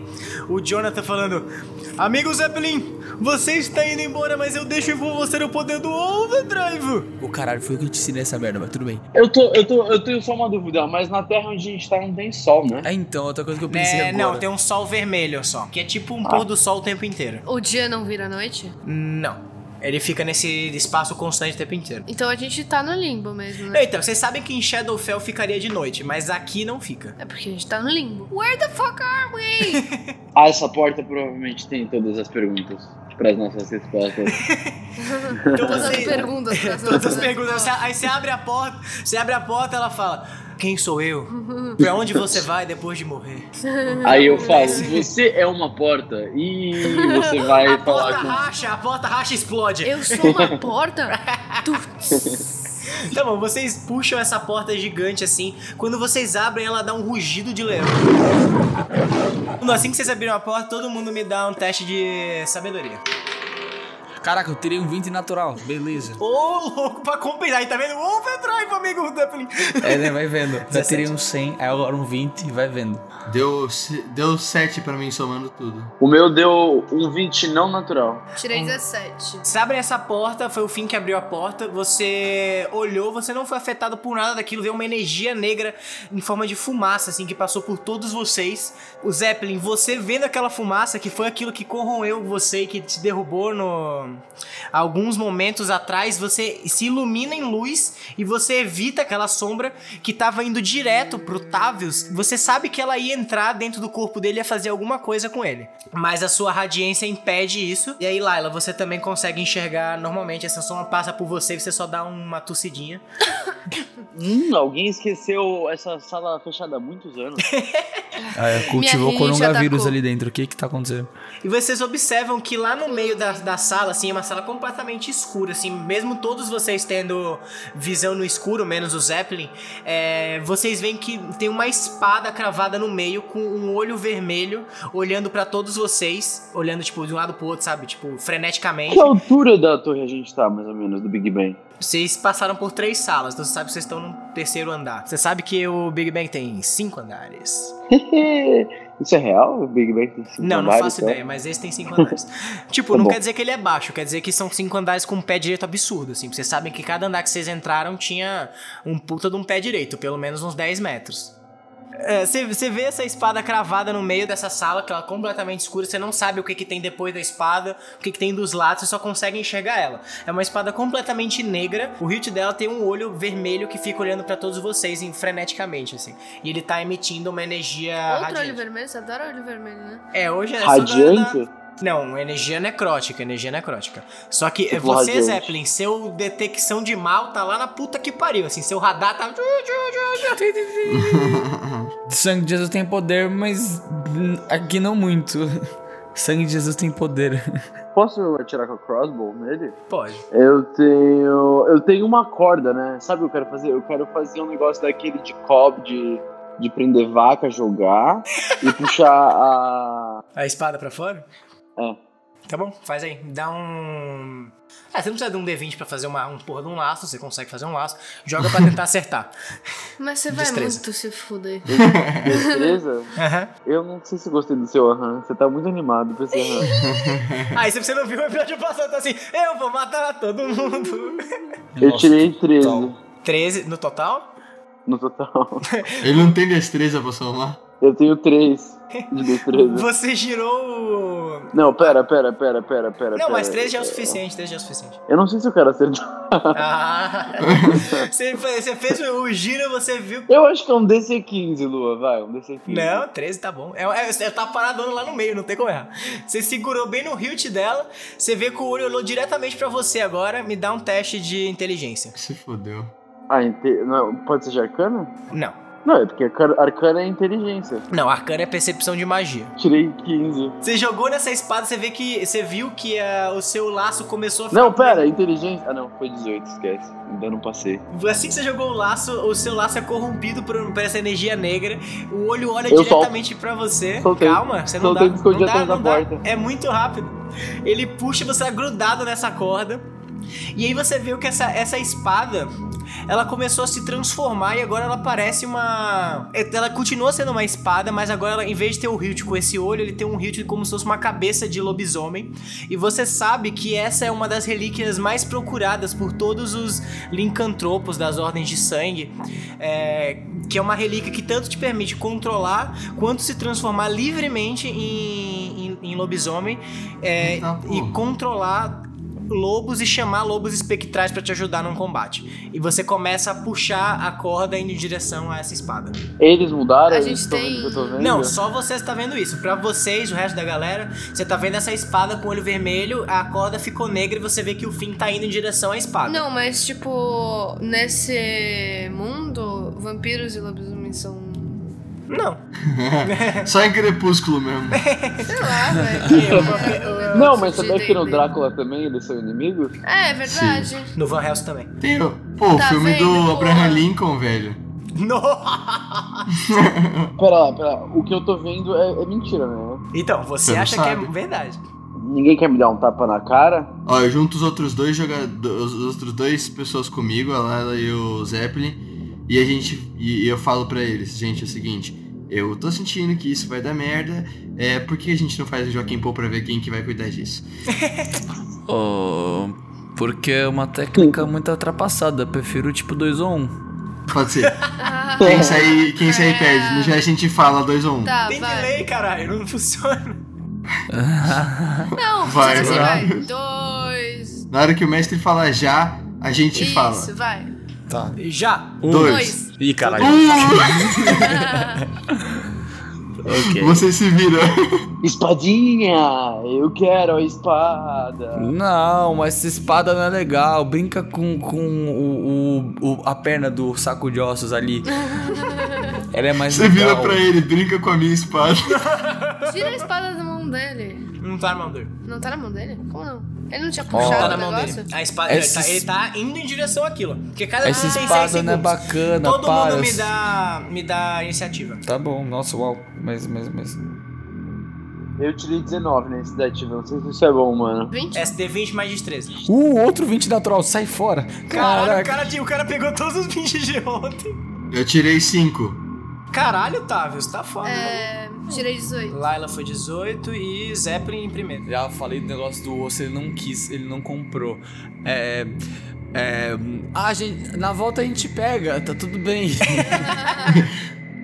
Speaker 1: o Jonathan falando: Amigo Zeppelin, você está indo embora, mas eu deixo com você o poder do Overdrive.
Speaker 3: O caralho, foi eu que te ensinei essa merda, mas tudo bem.
Speaker 5: Eu, tô, eu, tô, eu tenho só uma dúvida, mas na terra onde a gente tá não tem sol, né?
Speaker 3: Ah, então, outra coisa que eu pensei
Speaker 1: É,
Speaker 3: agora.
Speaker 1: não, tem um sol vermelho só, que é tipo um pôr do sol o tempo inteiro.
Speaker 2: O dia não vira noite?
Speaker 1: Não. Ele fica nesse espaço constante o tempo inteiro.
Speaker 2: Então a gente tá no limbo mesmo,
Speaker 1: Não,
Speaker 2: né?
Speaker 1: Então, vocês sabem que em Shadowfell ficaria de noite, mas aqui não fica.
Speaker 2: É porque a gente tá no limbo. Where the fuck are we?
Speaker 5: Ah, essa porta provavelmente tem todas as perguntas para as nossas respostas.
Speaker 1: Então
Speaker 2: Todas as
Speaker 1: você.
Speaker 2: perguntas. pras né?
Speaker 1: Todas as
Speaker 2: nossas
Speaker 1: perguntas. Você- aí você abre a porta, você abre a porta ela fala: Quem sou eu? Pra onde você vai depois de morrer?
Speaker 5: Aí eu falo, você é uma porta e você vai
Speaker 1: A porta
Speaker 5: falar com.
Speaker 1: racha, a porta racha e explode.
Speaker 2: Eu sou uma porta?
Speaker 1: Tá bom, vocês puxam essa porta gigante assim. Quando vocês abrem, ela dá um rugido de leão. Assim que vocês abriram a porta, todo mundo me dá um teste de sabedoria.
Speaker 3: Caraca, eu tirei um 20 natural. Beleza.
Speaker 1: Ô, louco, pra compensar. Aí tá vendo? Overdrive, amigo Dumpling.
Speaker 3: É, né? Vai vendo. Já
Speaker 1: 17.
Speaker 3: tirei um 100, aí agora um 20, vai vendo.
Speaker 4: Deu, se- deu 7 pra mim somando tudo.
Speaker 5: O meu deu um 20 não natural.
Speaker 2: Tirei 17.
Speaker 1: Você abre essa porta, foi o fim que abriu a porta. Você olhou, você não foi afetado por nada daquilo, veio uma energia negra em forma de fumaça, assim, que passou por todos vocês. O Zeppelin, você vendo aquela fumaça, que foi aquilo que corroeu você e que te derrubou no. alguns momentos atrás, você se ilumina em luz e você evita aquela sombra que tava indo direto pro Tavius. Você sabe que ela ia entrar dentro do corpo dele e ia fazer alguma coisa com ele. Mas a sua radiência impede isso. E aí, Laila, você também consegue enxergar normalmente. Essa sombra passa por você e você só dá uma tossidinha.
Speaker 5: Hum, alguém esqueceu essa sala fechada há muitos anos.
Speaker 3: Ah,
Speaker 4: tá
Speaker 2: cultivou rinite coronavírus atacou. ali
Speaker 3: dentro. O que que tá acontecendo?
Speaker 1: E vocês observam que lá no meio da, da sala, assim, é uma sala completamente escura, assim, mesmo todos vocês tendo visão no escuro, menos o Zeppelin, é, vocês veem que tem uma espada cravada no meio com um olho vermelho olhando pra todos vocês, olhando, tipo, de um lado pro outro, sabe? Tipo, freneticamente.
Speaker 5: Que altura da torre a gente tá, mais ou menos, do Big Bang?
Speaker 1: Vocês passaram por três salas, então você sabe que vocês estão no terceiro andar. Você sabe que o Big Bang tem cinco andares.
Speaker 5: Isso é real? O Big Bang tem cinco
Speaker 1: Não, não
Speaker 5: andares,
Speaker 1: faço
Speaker 5: então?
Speaker 1: ideia, mas esse tem cinco andares. tipo,
Speaker 5: Tá
Speaker 1: não
Speaker 5: bom.
Speaker 1: quer dizer que ele é baixo, quer dizer que são cinco andares com um pé direito absurdo, assim. Vocês sabem que cada andar que vocês entraram tinha um puta de um pé direito, pelo menos uns 10 metros. É, Você você vê essa espada cravada no meio dessa sala, que ela é completamente escura, você não sabe o que, que tem depois da espada, o que, que tem dos lados, você só consegue enxergar ela. É uma espada completamente negra, o hilt dela tem um olho vermelho que fica olhando pra todos vocês em- freneticamente, assim. E ele tá emitindo uma energia.
Speaker 2: Outro
Speaker 1: Ah, radiante.
Speaker 2: olho vermelho, você adora olho vermelho, né?
Speaker 1: É, hoje é só
Speaker 5: Radiante?
Speaker 1: da- Não, energia necrótica, energia necrótica. Só que
Speaker 5: Tipo
Speaker 1: você,
Speaker 5: radiante.
Speaker 1: Zeppelin, seu detecção de mal tá lá na puta que pariu, assim, seu radar tá...
Speaker 3: Sangue de Jesus tem poder, mas hum, aqui não muito. Sangue de Jesus tem poder.
Speaker 5: Posso atirar com a crossbow nele?
Speaker 1: Pode.
Speaker 5: Eu tenho. Eu tenho uma corda, né? Sabe o que eu quero fazer? Eu quero fazer um negócio daquele de cob de, de prender vaca, jogar e puxar a.
Speaker 1: A espada pra fora?
Speaker 5: É.
Speaker 1: Tá bom, faz aí. Dá um... Ah, você não precisa de um D20 pra fazer uma, um porra de um laço, você consegue fazer um laço. Joga pra tentar acertar.
Speaker 2: Mas você vai
Speaker 1: Destreza.
Speaker 2: muito se fuder.
Speaker 5: Beleza?
Speaker 1: Aham.
Speaker 5: Eu não sei se gostei do seu aham. Você tá muito animado com esse aham.
Speaker 1: Aí, se você não viu o episódio passado, tá assim, eu vou matar todo mundo.
Speaker 5: Eu tirei 13
Speaker 1: 13 no total?
Speaker 5: no total.
Speaker 4: Ele não tem destreza pra somar.
Speaker 5: Eu tenho 3 de destreza.
Speaker 1: Você girou... o-
Speaker 5: Não, pera, pera, pera, pera, pera.
Speaker 1: Não,
Speaker 5: pera.
Speaker 1: mas 13 já é o suficiente, 13 já é o suficiente.
Speaker 5: Eu não sei se eu quero acertar.
Speaker 1: Ah, você, fe- você fez o o giro, você viu.
Speaker 5: Eu acho que é um DC15, Lua, vai, um DC15.
Speaker 1: Não, 13 tá bom. É, é, você tá paradona lá no meio, não tem como errar. Você segurou bem no hilt dela, você vê que o olho olhou diretamente pra você agora. Me dá um teste de inteligência.
Speaker 4: Se fodeu.
Speaker 5: Ah, inte... não, pode ser de arcana?
Speaker 1: Não,
Speaker 5: Não, é porque arca- arcana é inteligência.
Speaker 1: não, arcana é percepção de magia.
Speaker 5: Tirei 15.
Speaker 1: Você jogou nessa espada, você vê que. Você viu que ah, o seu laço começou a ficar.
Speaker 5: Não, pera, inteligência. Ah, não, foi 18, esquece. Ainda não passei.
Speaker 1: Assim que você jogou o laço, o seu laço é corrompido por, por essa energia negra. O olho olha
Speaker 5: Eu
Speaker 1: diretamente pra você.
Speaker 5: Soltei.
Speaker 1: Calma, você não
Speaker 5: Soltei,
Speaker 1: dá.
Speaker 5: escondi
Speaker 1: não dá,
Speaker 5: atrás da
Speaker 1: não dá.
Speaker 5: porta.
Speaker 1: É muito rápido. Ele puxa você tá grudado nessa corda. E aí você viu que essa, essa espada, ela começou a se transformar e agora ela parece uma... é, Ela continua sendo uma espada, mas agora ela, em vez de ter o hilt com esse olho, ele tem um hilt como se fosse uma cabeça de lobisomem. E você sabe que essa é uma das relíquias mais procuradas por todos os lincantropos das ordens de sangue. é, que é uma relíquia que tanto te permite controlar quanto se transformar livremente em, em- em lobisomem é,
Speaker 4: Eita, porra.
Speaker 1: e controlar lobos e chamar lobos espectrais pra te ajudar num combate. E você começa a puxar a corda indo em direção a essa espada.
Speaker 5: Eles mudaram?
Speaker 2: A gente
Speaker 5: Eles tão
Speaker 2: tem-
Speaker 5: vendo o que eu tô vendo?
Speaker 1: Não, só você está vendo isso. Pra vocês, o resto da galera, você tá vendo essa espada com o olho vermelho, a corda ficou negra e você vê que o fim tá indo em direção à espada.
Speaker 2: Não, mas tipo, nesse mundo, vampiros e lobisomens são.
Speaker 1: Não.
Speaker 4: Só em crepúsculo mesmo.
Speaker 2: Sei lá,
Speaker 1: É,
Speaker 2: velho.
Speaker 5: Não, mas sabia
Speaker 2: também
Speaker 5: que no Drácula também eles são inimigos?
Speaker 2: É, é verdade.
Speaker 1: No Van Helsing também.
Speaker 4: Tem o. Pô, o
Speaker 2: Tá
Speaker 4: filme
Speaker 2: vendo,
Speaker 4: do Abraham
Speaker 2: porra?
Speaker 4: Lincoln, velho.
Speaker 1: Não.
Speaker 5: Pera lá, pera lá. O que eu tô vendo é, é mentira, né?
Speaker 1: Então, você
Speaker 4: Você não
Speaker 1: acha que
Speaker 4: sabe.
Speaker 1: é verdade.
Speaker 5: Ninguém quer me dar um tapa na cara?
Speaker 4: Ó, eu junto os outros dois jogadores. Os outros dois pessoas comigo, a Layla e o Zeppelin. E a gente. E eu falo pra eles, gente, é o seguinte. Eu tô sentindo que isso vai dar merda. É, por que a gente não faz o Joaquim Pô pra ver quem que vai cuidar disso?
Speaker 3: Oh, porque é uma técnica muito ultrapassada. Prefiro tipo 2 ou 1. Um.
Speaker 4: Pode ser.
Speaker 2: Ah,
Speaker 4: Quem sair, quem sair
Speaker 2: É.
Speaker 4: perde. No já a gente fala dois ou um.
Speaker 2: Tá,
Speaker 1: Tem
Speaker 2: vai.
Speaker 1: delay, caralho. Não funciona.
Speaker 2: Não,
Speaker 4: Vai,
Speaker 2: vai, assim, vai.
Speaker 4: vai.
Speaker 2: Dois.
Speaker 4: Na hora que o mestre fala já, a gente
Speaker 2: Isso,
Speaker 4: fala.
Speaker 2: vai.
Speaker 3: Tá.
Speaker 1: Já.
Speaker 4: Dois.
Speaker 3: Ih, caralho. ok.
Speaker 4: Você se vira.
Speaker 5: Espadinha! Eu quero a espada!
Speaker 3: Não, essa espada não é legal. Brinca com, com o, o- o- a perna do saco de ossos ali. Ela é mais
Speaker 4: Você vira
Speaker 3: legal.
Speaker 4: pra ele, brinca com a minha espada.
Speaker 2: Tira a espada da mão dele.
Speaker 1: Não tá na mão dele.
Speaker 2: Não tá na mão dele? Como não? Ele não tinha
Speaker 1: Não
Speaker 2: puxado
Speaker 1: tá
Speaker 2: o
Speaker 1: na mão
Speaker 2: negócio?
Speaker 1: dele. A espada.
Speaker 3: Essa
Speaker 1: Ele, tá, ele tá indo em direção àquilo. Porque cada
Speaker 3: Essa
Speaker 1: um tem seis
Speaker 3: espada não é
Speaker 1: segundos.
Speaker 3: bacana,
Speaker 1: Todo
Speaker 3: para.
Speaker 1: mundo me dá, me dá iniciativa.
Speaker 3: Tá bom, nossa, uau. Mas, mas, mas.
Speaker 5: Eu tirei 19 nesse dativa, não sei se isso é bom, mano.
Speaker 2: 20?
Speaker 1: SD20 mais de 13.
Speaker 3: Uh, outro 20 natural, sai fora.
Speaker 1: Caralho, o
Speaker 3: Caraca.
Speaker 1: cara, de- o cara pegou todos os pinches de ontem.
Speaker 4: Eu tirei 5.
Speaker 1: Caralho, Otávio, você tá foda.
Speaker 2: É, tirei 18.
Speaker 1: Laila foi 18 e Zeppelin em primeiro.
Speaker 3: Já falei do negócio do osso, ele não quis, ele não comprou. É. É. Ah, gente, na volta a gente pega, tá tudo bem.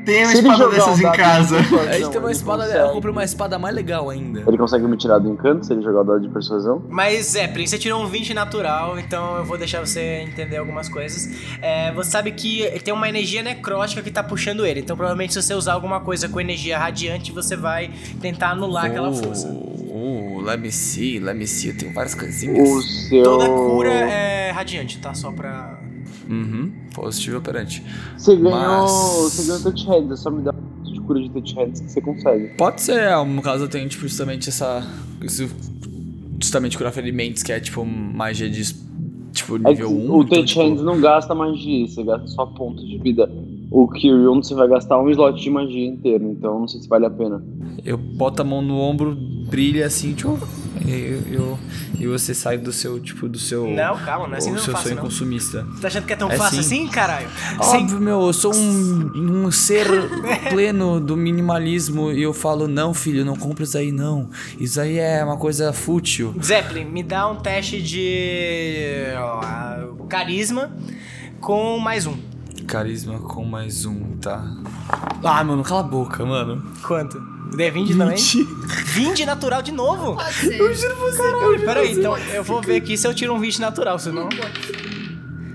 Speaker 4: Tem uma
Speaker 5: Se ele
Speaker 4: espada
Speaker 5: jogar
Speaker 4: dessas
Speaker 5: um
Speaker 4: em
Speaker 5: dado de
Speaker 4: casa.
Speaker 5: persuasão,
Speaker 3: A gente tem uma
Speaker 5: ele
Speaker 3: espada,
Speaker 5: consegue-
Speaker 3: eu comprei uma espada mais legal ainda.
Speaker 5: Ele consegue me tirar do encanto se ele jogar o dado de persuasão?
Speaker 1: Mas Zeppelin, você tirou um 20 natural, então eu vou deixar você entender algumas coisas. É, você sabe que tem uma energia necrótica que tá puxando ele, então provavelmente se você usar alguma coisa com energia radiante, você vai tentar anular aquela
Speaker 3: Uh,
Speaker 1: força.
Speaker 3: Oh, let me see, let me see, eu tenho várias coisinhas.
Speaker 5: O seu.
Speaker 1: Toda cura é radiante, tá? Só pra.
Speaker 3: Uhum, positivo operante.
Speaker 5: Você ganhou.
Speaker 3: Mas-
Speaker 5: Você ganhou touch hands, é só me dá um ponto de cura de touch hands que você consegue.
Speaker 3: Pode ser, no caso eu tenho, tipo, justamente essa. isso- justamente curar ferimentos, que é, tipo, magia de. Tipo,
Speaker 5: É que
Speaker 3: nível então, tipo, 1.
Speaker 5: o touch hands não gasta magia, você gasta só pontos de vida. O Kyrion você vai gastar um slot de magia inteiro, então não sei se vale a pena.
Speaker 3: Eu boto a mão no ombro, brilha assim, tipo. E, eu, e você sai do seu, tipo, do seu.
Speaker 1: Não, calma, não é assim
Speaker 3: o
Speaker 1: não
Speaker 3: seu
Speaker 1: fácil,
Speaker 3: sonho
Speaker 1: não.
Speaker 3: consumista.
Speaker 1: Tá achando que é tão
Speaker 3: É
Speaker 1: fácil
Speaker 3: sim.
Speaker 1: assim, caralho? Sem
Speaker 3: Óbvio, meu, eu sou um, um ser pleno do minimalismo e eu falo, não, filho, não compra isso aí, não. Isso aí é uma coisa fútil.
Speaker 1: Zeppelin, me dá um teste de. ó, carisma com mais um.
Speaker 3: Carisma com mais um, tá? Ah, mano, cala a boca, mano.
Speaker 1: Quanto? D20 também? 20 natural de novo?
Speaker 2: Pode ser.
Speaker 1: Caralho, peraí, então eu vou ver aqui se eu tiro um 20 natural, senão.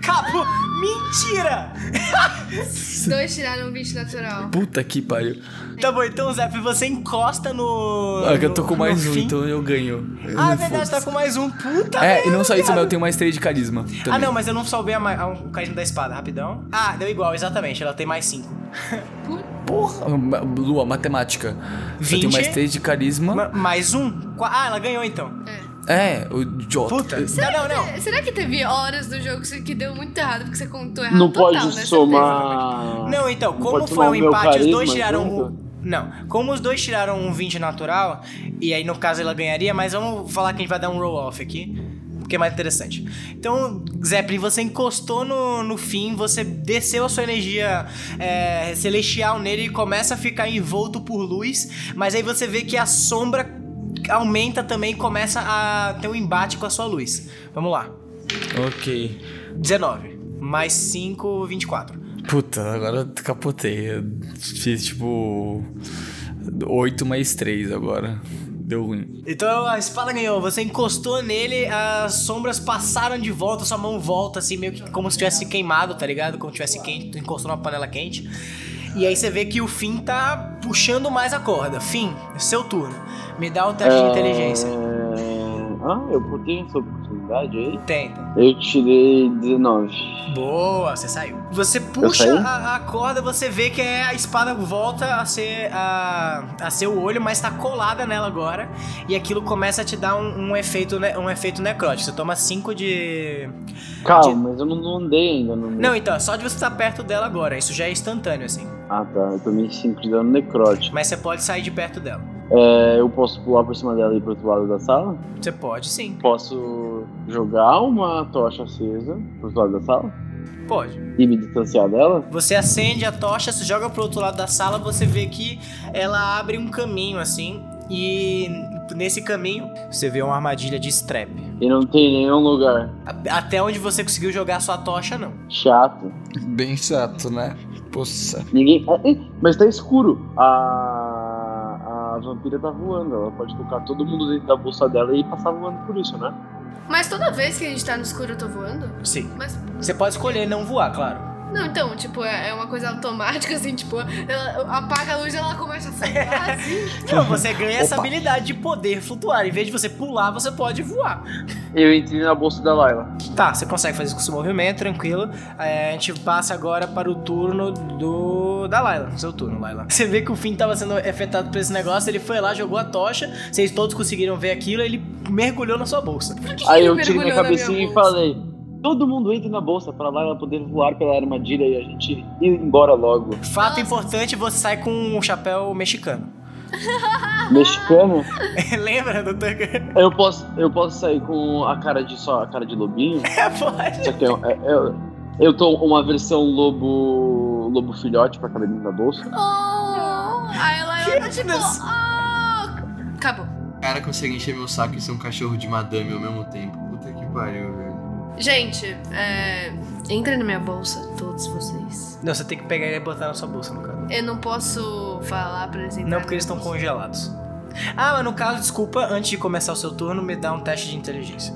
Speaker 1: Cabo! Mentira!
Speaker 2: Dois tiraram um 20 natural.
Speaker 3: Puta que pariu.
Speaker 1: Tá bom, então, Zé, você encosta no.
Speaker 3: Ah, que eu tô
Speaker 1: no-
Speaker 3: com mais
Speaker 1: no
Speaker 3: um,
Speaker 1: fim.
Speaker 3: então eu ganho.
Speaker 1: Ah, é
Speaker 3: Eu-
Speaker 1: verdade, tá com mais um. Puta
Speaker 3: É,
Speaker 1: merda,
Speaker 3: e não só isso, mas
Speaker 1: cara.
Speaker 3: eu tenho mais três de carisma. Também.
Speaker 1: Ah, não, mas eu não salvei a, ma- a- o carisma da espada, rapidão. Ah, deu igual, exatamente, ela tem mais 5.
Speaker 3: Porra, ma- Lua, matemática. Eu
Speaker 1: 20.
Speaker 3: tenho mais três de carisma.
Speaker 1: Mais um? Qua- Ah, ela ganhou então.
Speaker 3: É, o Jota.
Speaker 1: Puta! Não, não, não.
Speaker 2: É, Será que teve horas do jogo que deu muito errado porque você contou
Speaker 1: Ah,
Speaker 2: errado
Speaker 5: Não
Speaker 2: total,
Speaker 5: pode
Speaker 2: né?
Speaker 5: somar.
Speaker 1: Não, então, como
Speaker 5: pode
Speaker 1: foi
Speaker 5: somar
Speaker 1: um
Speaker 5: o meu
Speaker 1: empate, os dois
Speaker 5: carisma
Speaker 1: tiraram
Speaker 5: junto?
Speaker 1: o. Não, como os dois tiraram um 20 natural, e aí no caso ela ganharia, mas vamos falar que a gente vai dar um roll-off aqui, porque é mais interessante. Então, Zeppelin, você encostou no, no fim, você desceu a sua energia é, celestial nele e começa a ficar envolto por luz, mas aí você vê que a sombra aumenta também e começa a ter um embate com a sua luz. Vamos lá.
Speaker 3: Ok.
Speaker 1: 19. Mais 5, 24.
Speaker 3: Puta, agora eu capotei. Eu fiz tipo. 8 mais 3 agora. Deu ruim.
Speaker 1: Então a espada ganhou, você encostou nele, as sombras passaram de volta, sua mão volta, assim, meio que como se tivesse queimado, tá ligado? Como se tivesse quente, tu encostou numa panela quente. E aí você vê que o Finn tá puxando mais a corda. Finn, seu turno. Me dá um teste
Speaker 5: Ah.
Speaker 1: de inteligência.
Speaker 5: É, Ah, eu tenho essa oportunidade aí?
Speaker 1: Tenta.
Speaker 5: Eu tirei 19.
Speaker 1: Boa, você saiu. Você puxa
Speaker 5: saí?
Speaker 1: a, a corda, você vê que é- a espada volta a ser a, a seu olho, mas tá colada nela agora. E aquilo começa a te dar um, um efeito, ne- um efeito necrótico. Você toma 5 de.
Speaker 5: Calma, mas eu não- não andei ainda no.
Speaker 1: Não, então, é só de você estar perto dela agora. Isso já é instantâneo, assim.
Speaker 5: Ah tá, eu tomei 5 de dano necrótico.
Speaker 1: Mas você pode sair de perto dela.
Speaker 5: É, eu posso pular por cima dela e ir pro outro lado da sala?
Speaker 1: Você pode, sim.
Speaker 5: Posso jogar uma tocha acesa pro outro lado da sala
Speaker 1: Pode.
Speaker 5: e me distanciar dela?
Speaker 1: Você acende a tocha, se joga pro outro lado da sala, você vê que ela abre um caminho, assim. E nesse caminho, você vê uma armadilha de strap.
Speaker 5: E não tem nenhum lugar.
Speaker 1: A- Até onde você conseguiu jogar a sua tocha, não.
Speaker 5: Chato.
Speaker 3: Bem chato, né? Poxa.
Speaker 5: Ninguém. É, é, mas tá escuro. A. A vampira tá voando. Ela pode tocar todo mundo dentro da bolsa dela e passar voando por isso, né?
Speaker 2: Mas toda vez que a gente tá no escuro eu tô voando?
Speaker 1: Sim.
Speaker 2: Mas
Speaker 1: Você pode escolher não voar, claro.
Speaker 2: Não, então, tipo, é é uma coisa automática, assim, tipo, ela apaga a luz e ela começa a flutuar, assim.
Speaker 1: Não, você ganha essa
Speaker 3: Opa.
Speaker 1: habilidade de poder flutuar. Em vez de você pular, você pode voar.
Speaker 5: Eu entrei na bolsa da Laila.
Speaker 1: Tá, você consegue fazer isso com seu movimento, tranquilo. É, a gente passa agora para o turno do. da Laila. Seu turno, Laila. Você vê que o Finn tava sendo afetado por esse negócio, ele foi lá, jogou a tocha, vocês todos conseguiram ver aquilo, ele mergulhou na sua bolsa.
Speaker 2: Por que
Speaker 5: Aí
Speaker 2: ele
Speaker 5: eu tirei minha
Speaker 2: mergulhou na
Speaker 5: cabecinha
Speaker 2: minha
Speaker 5: e
Speaker 2: bolsa?
Speaker 5: falei: todo mundo entra na bolsa pra Laila poder voar pela armadilha e a gente ir embora logo.
Speaker 1: Fato
Speaker 2: Nossa.
Speaker 1: importante, você sai com um chapéu mexicano.
Speaker 5: Mexicano?
Speaker 1: Lembra do Tucker?
Speaker 5: Eu posso, eu posso sair com a cara de só a cara de lobinho?
Speaker 1: Pode.
Speaker 5: Só que eu, eu, eu tô uma versão lobo. lobo filhote pra cada menino da bolsa.
Speaker 2: Oh! Aí ela ela tá tipo,
Speaker 1: Deus.
Speaker 2: oh! Acabou.
Speaker 4: O cara consegue encher meu saco e ser um cachorro de madame ao mesmo tempo. Puta que pariu, velho.
Speaker 2: Gente, é... entra na minha bolsa, todos vocês.
Speaker 1: Não, você tem que pegar ele e botar na sua bolsa, no caso.
Speaker 2: Eu não posso falar pra eles entrarem
Speaker 1: Não, porque eles
Speaker 2: na
Speaker 1: estão
Speaker 2: bolsa.
Speaker 1: congelados. Ah, mas no caso, desculpa, antes de começar o seu turno, me dá um teste de inteligência.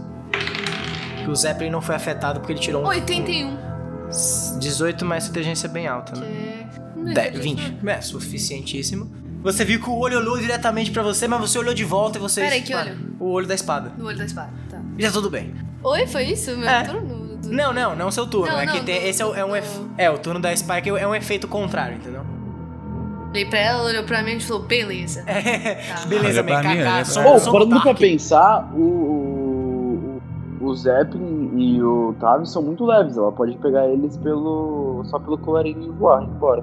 Speaker 1: Que o Zeppelin não foi afetado porque ele tirou um.
Speaker 2: 81.
Speaker 1: 18 mais inteligência bem alta, né?
Speaker 2: Que...
Speaker 1: Dez-
Speaker 2: né?
Speaker 1: 20. É, suficientíssimo. Você viu que o olho olhou diretamente pra você, mas você olhou de volta e você.
Speaker 2: Peraí, que
Speaker 1: Mano, O olho da espada.
Speaker 2: No olho da espada, tá.
Speaker 1: Já tudo bem.
Speaker 2: Oi, foi isso? Meu
Speaker 1: É.
Speaker 2: turno? Do-
Speaker 1: Não, não, não seu turno.
Speaker 2: Não,
Speaker 1: é que
Speaker 2: não,
Speaker 1: tem-
Speaker 2: do-
Speaker 1: esse é, o- é um.
Speaker 2: do-
Speaker 1: efe- É, o turno da espada que é um efeito contrário, entendeu?
Speaker 2: Olhei pra ela, olhou pra mim e falou, beleza. Tá.
Speaker 1: É, Beleza,
Speaker 3: Ah, Olha pra
Speaker 1: bem,
Speaker 3: mim, olha
Speaker 1: Kaká.
Speaker 3: pra
Speaker 1: som-
Speaker 5: Ô,
Speaker 3: mim.
Speaker 1: som
Speaker 5: para nunca
Speaker 1: dark.
Speaker 5: pensar, o. o o Zeppelin e o Tavis são muito leves, ela pode pegar eles pelo. só pelo colarinho e voar embora.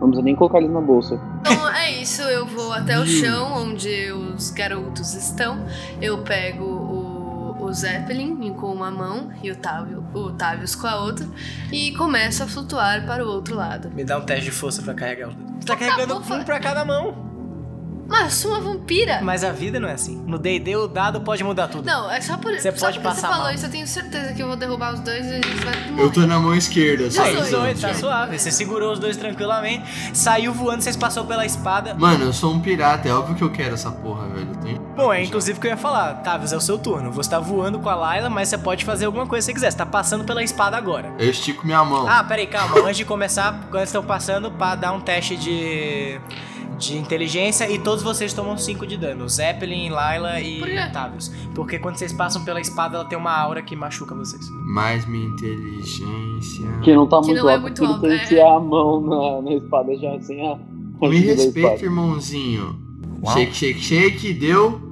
Speaker 5: Não precisa nem colocar eles na bolsa.
Speaker 2: Então é isso, eu vou até
Speaker 1: Hum.
Speaker 2: o chão onde os garotos estão. Eu pego o, o Zeppelin com uma mão e o Távios o Tavius com a outra e começo a flutuar para o outro lado.
Speaker 1: Me dá um teste de força pra carregar o. Você tá carregando
Speaker 2: bom, fa-
Speaker 1: um pra cada mão.
Speaker 2: Mas eu sou uma vampira!
Speaker 1: Mas a vida não é assim. No D&D o dado pode mudar tudo.
Speaker 2: Não, é só por
Speaker 1: Você
Speaker 2: só
Speaker 1: pode
Speaker 2: porque
Speaker 1: passar
Speaker 2: você falou
Speaker 1: mal.
Speaker 2: isso, eu tenho certeza que eu vou derrubar os dois e eles vão morrer.
Speaker 4: Eu tô na mão esquerda, só.
Speaker 1: Aí,
Speaker 2: Dezoito.
Speaker 4: avisando.
Speaker 1: tá suave. Você segurou os dois tranquilamente, saiu voando, vocês passou pela espada.
Speaker 4: Mano, eu sou um pirata, é óbvio que eu quero essa porra, velho. Eu tô
Speaker 1: Bom, é inclusive o que eu ia falar, Tavius, é o seu turno. Você tá voando com a Layla, mas você pode fazer alguma coisa se você quiser. Você tá passando pela espada agora.
Speaker 4: Eu estico minha mão.
Speaker 1: Ah, peraí, calma. Antes de começar, quando estão passando, pra dar um teste de. de inteligência e todos vocês tomam 5 de dano. Zeppelin, Layla e
Speaker 2: Por quê?
Speaker 1: Tavius. Porque quando vocês passam pela espada, ela tem uma aura que machuca vocês.
Speaker 4: Mais minha inteligência.
Speaker 5: Que não tá
Speaker 2: Que
Speaker 5: muito
Speaker 2: não é
Speaker 5: alto,
Speaker 2: muito
Speaker 5: porque
Speaker 2: alto,
Speaker 5: ele
Speaker 2: é.
Speaker 5: tem que enfiar a mão na, na espada já sem a. a
Speaker 4: Me
Speaker 5: ajuda da espada.
Speaker 4: respeita, irmãozinho.
Speaker 3: Uau.
Speaker 4: Shake, shake, shake, deu.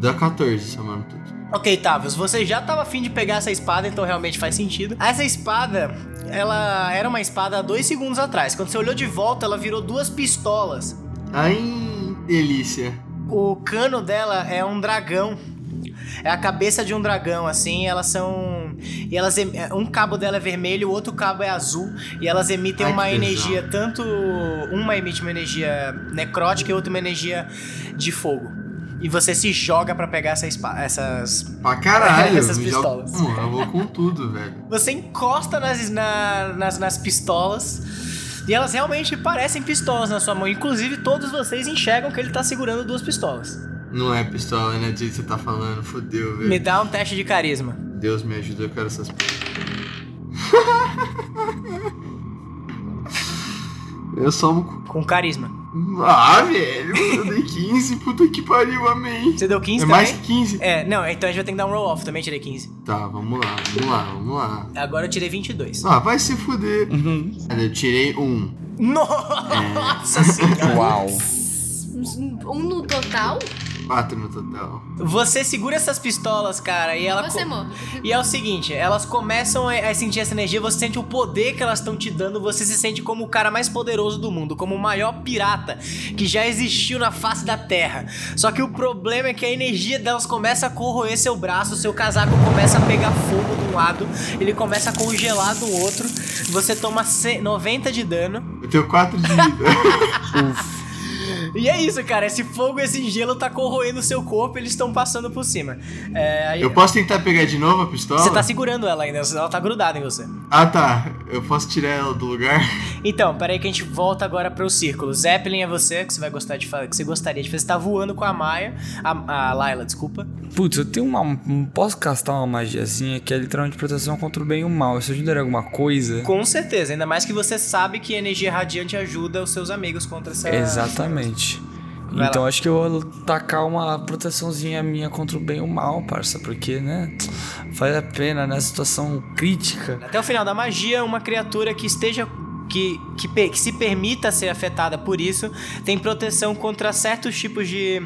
Speaker 4: Dá 14, somando tudo.
Speaker 1: Ok, Tavius, você já tava afim de pegar essa espada, então realmente faz sentido. Essa espada, ela era uma espada há dois segundos atrás. Quando você olhou de volta, ela virou duas pistolas.
Speaker 4: Ai, delícia.
Speaker 1: O cano dela é um dragão. É a cabeça de um dragão, assim, elas são. E elas em- Um cabo dela é vermelho, o outro cabo é azul. E elas emitem
Speaker 4: Ai, que
Speaker 1: uma
Speaker 4: tesão.
Speaker 1: energia, tanto. Uma emite uma energia necrótica e outra uma energia de fogo. E você se joga pra pegar essa espa- essas
Speaker 4: Pra caralho,
Speaker 1: Essas
Speaker 4: me joga-
Speaker 1: pistolas.
Speaker 4: Hum, eu vou com tudo, velho.
Speaker 1: Você encosta nas, na- nas, nas pistolas. E elas realmente parecem pistolas na sua mão. Inclusive, todos vocês enxergam que ele tá segurando duas pistolas.
Speaker 4: Não é pistola, né? Do jeito que você tá falando, fodeu, velho.
Speaker 1: Me dá um teste de carisma.
Speaker 4: Deus me ajuda, eu quero essas porra. Eu só um.
Speaker 1: Com carisma.
Speaker 4: Ah, velho, eu dei 15, puta que pariu, amém.
Speaker 1: Você deu 15
Speaker 4: É
Speaker 1: também?
Speaker 4: mais que 15.
Speaker 1: É, não, então a gente vai ter que dar um roll-off. Também tirei 15.
Speaker 4: Tá, vamos lá, vamos lá, vamos lá.
Speaker 1: Agora eu tirei 22.
Speaker 4: Ah, vai se fuder.
Speaker 3: Uhum.
Speaker 4: Eu tirei um.
Speaker 1: Nossa senhora!
Speaker 3: Uau.
Speaker 2: Um no total?
Speaker 4: Quatro no total.
Speaker 1: Você segura essas pistolas, cara, e ela.
Speaker 2: Você
Speaker 1: co-
Speaker 2: morre.
Speaker 1: E é o seguinte, elas começam a, a sentir essa energia, você sente o poder que elas estão te dando, você se sente como o cara mais poderoso do mundo, como o maior pirata que já existiu na face da Terra. Só que o problema é que a energia delas começa a corroer seu braço, seu casaco começa a pegar fogo de um lado, ele começa a congelar do outro, você toma ce- 90 de dano.
Speaker 4: Eu tenho quatro de vida.
Speaker 1: E é isso, cara. Esse fogo, esse gelo tá corroendo o seu corpo, eles estão passando por cima. É, aí-
Speaker 4: Eu posso tentar pegar de novo a pistola?
Speaker 1: Você tá segurando ela ainda, ela tá grudada em você.
Speaker 4: Ah, tá. Eu posso tirar ela do lugar?
Speaker 1: Então, peraí que a gente volta agora pro círculo. Zeppelin é você, que você vai gostar de fazer, que você gostaria de fazer. Você tá voando com a Maia, a, a Laila, desculpa.
Speaker 3: Putz, eu tenho uma. um- Posso castar uma magiazinha que é literalmente proteção contra o bem e o mal. Isso ajudaria alguma coisa?
Speaker 1: Com certeza, ainda mais que você sabe que a energia radiante ajuda os seus amigos contra essa... Ah.
Speaker 3: Exatamente.
Speaker 1: Vai
Speaker 3: então acho que eu vou tacar uma proteçãozinha minha contra o bem e o mal, parça. Porque, né? Vale a pena nessa situação crítica.
Speaker 1: Até o final da magia, uma criatura que esteja. Que, que, pe- que se permita ser afetada por isso tem proteção contra certos tipos de,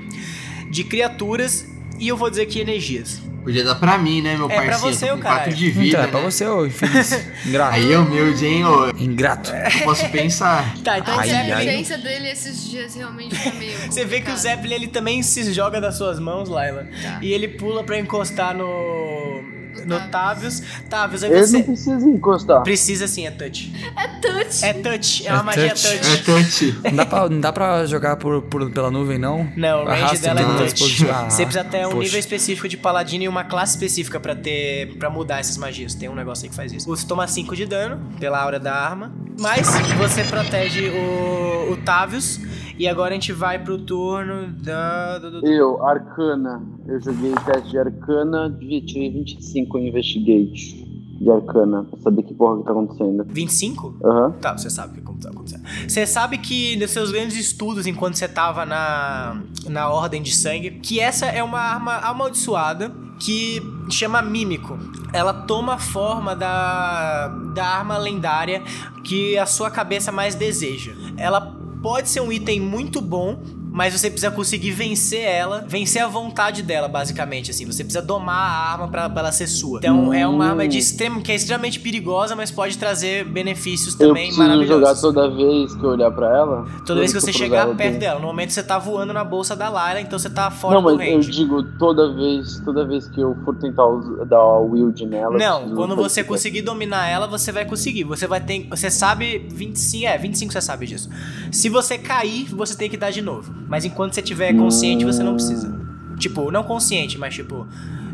Speaker 1: de criaturas e eu vou dizer que energias.
Speaker 4: Podia dar pra mim, né, meu
Speaker 1: É pra
Speaker 4: parceiro?
Speaker 1: você,
Speaker 4: Tô com
Speaker 1: o caralho.
Speaker 4: quatro de
Speaker 3: então,
Speaker 4: vida,
Speaker 3: é pra
Speaker 4: né?
Speaker 3: você, ô infeliz. Ingrato.
Speaker 4: Aí é humilde, hein, ô? Eu
Speaker 3: Ingrato.
Speaker 4: posso pensar.
Speaker 1: Tá, então o
Speaker 2: Mas
Speaker 3: Ai,
Speaker 2: a
Speaker 1: Zeppelin.
Speaker 3: ai.
Speaker 2: inteligência dele esses dias realmente tá meio.
Speaker 1: Você vê que o
Speaker 2: complicado.
Speaker 1: Zeppelin ele também se joga das suas mãos, Laila.
Speaker 2: Tá.
Speaker 1: E ele pula pra encostar no. No Tavius. Tavius, aí
Speaker 5: Ele
Speaker 1: você.
Speaker 5: não precisa encostar.
Speaker 1: Precisa sim, é touch.
Speaker 2: É touch.
Speaker 1: É touch, é,
Speaker 3: É
Speaker 1: uma magia
Speaker 3: touch.
Speaker 1: touch.
Speaker 4: É touch.
Speaker 3: Não dá pra, não dá pra jogar por, por- pela nuvem, não?
Speaker 1: Não, o range
Speaker 3: Arrasta
Speaker 1: dela é
Speaker 3: todas as
Speaker 1: touch.
Speaker 3: posições. Ah,
Speaker 1: Você precisa ter um
Speaker 3: poxa.
Speaker 1: nível específico de paladino e uma classe específica pra ter para mudar essas magias. Tem um negócio aí que faz isso. Você toma 5 de dano pela aura da arma, mas você protege o, o Tavius. E agora a gente vai pro turno da. do- do-
Speaker 5: Eu, Arcana. Eu joguei teste de Arcana, vi- tirei 25 em Investigate de Arcana, pra saber que porra que tá acontecendo.
Speaker 1: 25?
Speaker 5: Aham.
Speaker 1: Tá, você sabe como tá acontecendo. Você sabe que nos seus grandes estudos, enquanto você tava na, na Ordem de Sangue, que essa é uma arma amaldiçoada que chama Mímico. Ela toma a forma da, da arma lendária que a sua cabeça mais deseja. Ela pode ser um item muito bom, mas você precisa conseguir vencer ela, vencer a vontade dela, basicamente, assim. Você precisa domar a arma pra, pra ela ser sua. Então, é uma arma de extremo, que é extremamente perigosa, mas pode trazer benefícios
Speaker 5: Eu
Speaker 1: também
Speaker 5: preciso jogar
Speaker 1: maravilhosos.
Speaker 5: toda vez que eu olhar pra ela?
Speaker 1: Toda vez que você
Speaker 5: eu
Speaker 1: chegar
Speaker 5: cruzar, eu
Speaker 1: perto
Speaker 5: tenho-
Speaker 1: dela. No momento você tá voando na bolsa da Lyra, então você tá fora
Speaker 5: Não,
Speaker 1: do
Speaker 5: mas eu
Speaker 1: range.
Speaker 5: digo toda vez, toda vez que eu for tentar us- dar a wield nela. eu
Speaker 1: Não,
Speaker 5: preciso
Speaker 1: quando
Speaker 5: fazer
Speaker 1: você
Speaker 5: isso.
Speaker 1: conseguir dominar ela, você vai conseguir. Você vai ter. Você sabe 25. É, 25 você sabe disso. Se você cair, você tem que dar de novo. Mas enquanto você tiver consciente, você não precisa. Tipo, não consciente, mas tipo.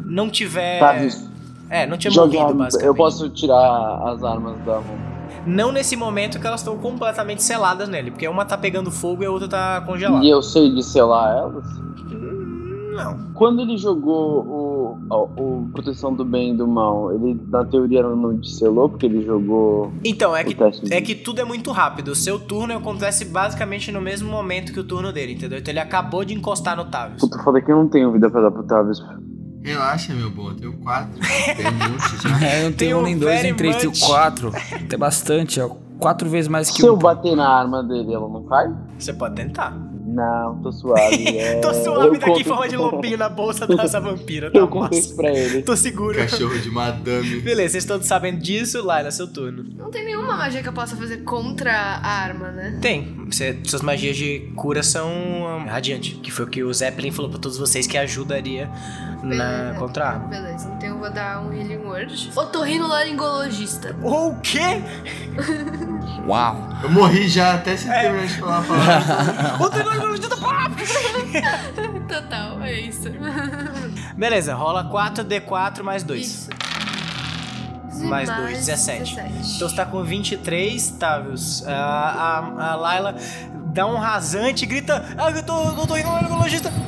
Speaker 1: Não tiver.
Speaker 5: Tá, visto.
Speaker 1: É, não tinha
Speaker 5: Joga-
Speaker 1: movido, basicamente.
Speaker 5: um, eu posso tirar as armas da mão.
Speaker 1: Não nesse momento que elas estão completamente seladas nele, porque uma tá pegando fogo e a outra tá congelada.
Speaker 5: E eu sei de selar elas.
Speaker 1: Hum, Não.
Speaker 5: Quando ele jogou o, o, o Proteção do Bem e do Mal, ele na teoria um não selou, porque ele jogou
Speaker 1: Então, é que
Speaker 5: o teste. de-
Speaker 1: É que tudo é muito rápido. O seu turno acontece basicamente no mesmo momento que o turno dele, entendeu? Então ele acabou de encostar no Tavius.
Speaker 5: Puta foda que eu não tenho vida pra dar pro Tavis.
Speaker 4: Relaxa, meu bom. Eu tenho quatro. Tem um monte já.
Speaker 3: É, eu
Speaker 1: Tem
Speaker 3: não tenho um,
Speaker 1: um
Speaker 3: nem dois, nem
Speaker 1: very
Speaker 3: três, tenho
Speaker 1: much.
Speaker 3: quatro. Tem bastante, ó. Quatro vezes mais que
Speaker 5: Se eu
Speaker 3: um. pô.
Speaker 5: bater na arma dele, ela não cai?
Speaker 1: Você pode tentar.
Speaker 5: Não, tô suave. É...
Speaker 1: Tô
Speaker 5: eu
Speaker 1: suave daqui em
Speaker 5: conto-
Speaker 1: forma de lobinho na bolsa dessa vampira, tá
Speaker 5: Eu contei isso
Speaker 1: massa.
Speaker 5: pra ele.
Speaker 1: Tô seguro.
Speaker 4: Cachorro de madame.
Speaker 1: Beleza, vocês todos sabendo disso, Laila, seu turno.
Speaker 2: Não tem nenhuma magia que eu possa fazer contra a arma, né?
Speaker 1: Tem. Você- suas magias de cura são hum, radiante, que foi o que o Zeppelin falou pra todos vocês que ajudaria na
Speaker 2: Beleza.
Speaker 1: contra a arma.
Speaker 2: Beleza, então eu vou dar um healing word. Otorrinolaringologista.
Speaker 1: O quê?
Speaker 3: Uau.
Speaker 4: Eu morri já até você terminar de falar a palavra.
Speaker 1: O Tenor tá
Speaker 2: Total, é isso.
Speaker 1: Beleza, rola 4d4 mais 2.
Speaker 2: Isso.
Speaker 1: Um Mais dois, 17. Então você tá com 23, Tavius. A, a, a Laila dá um rasante, grita: Ah, eu tô, eu tô indo no neurologista.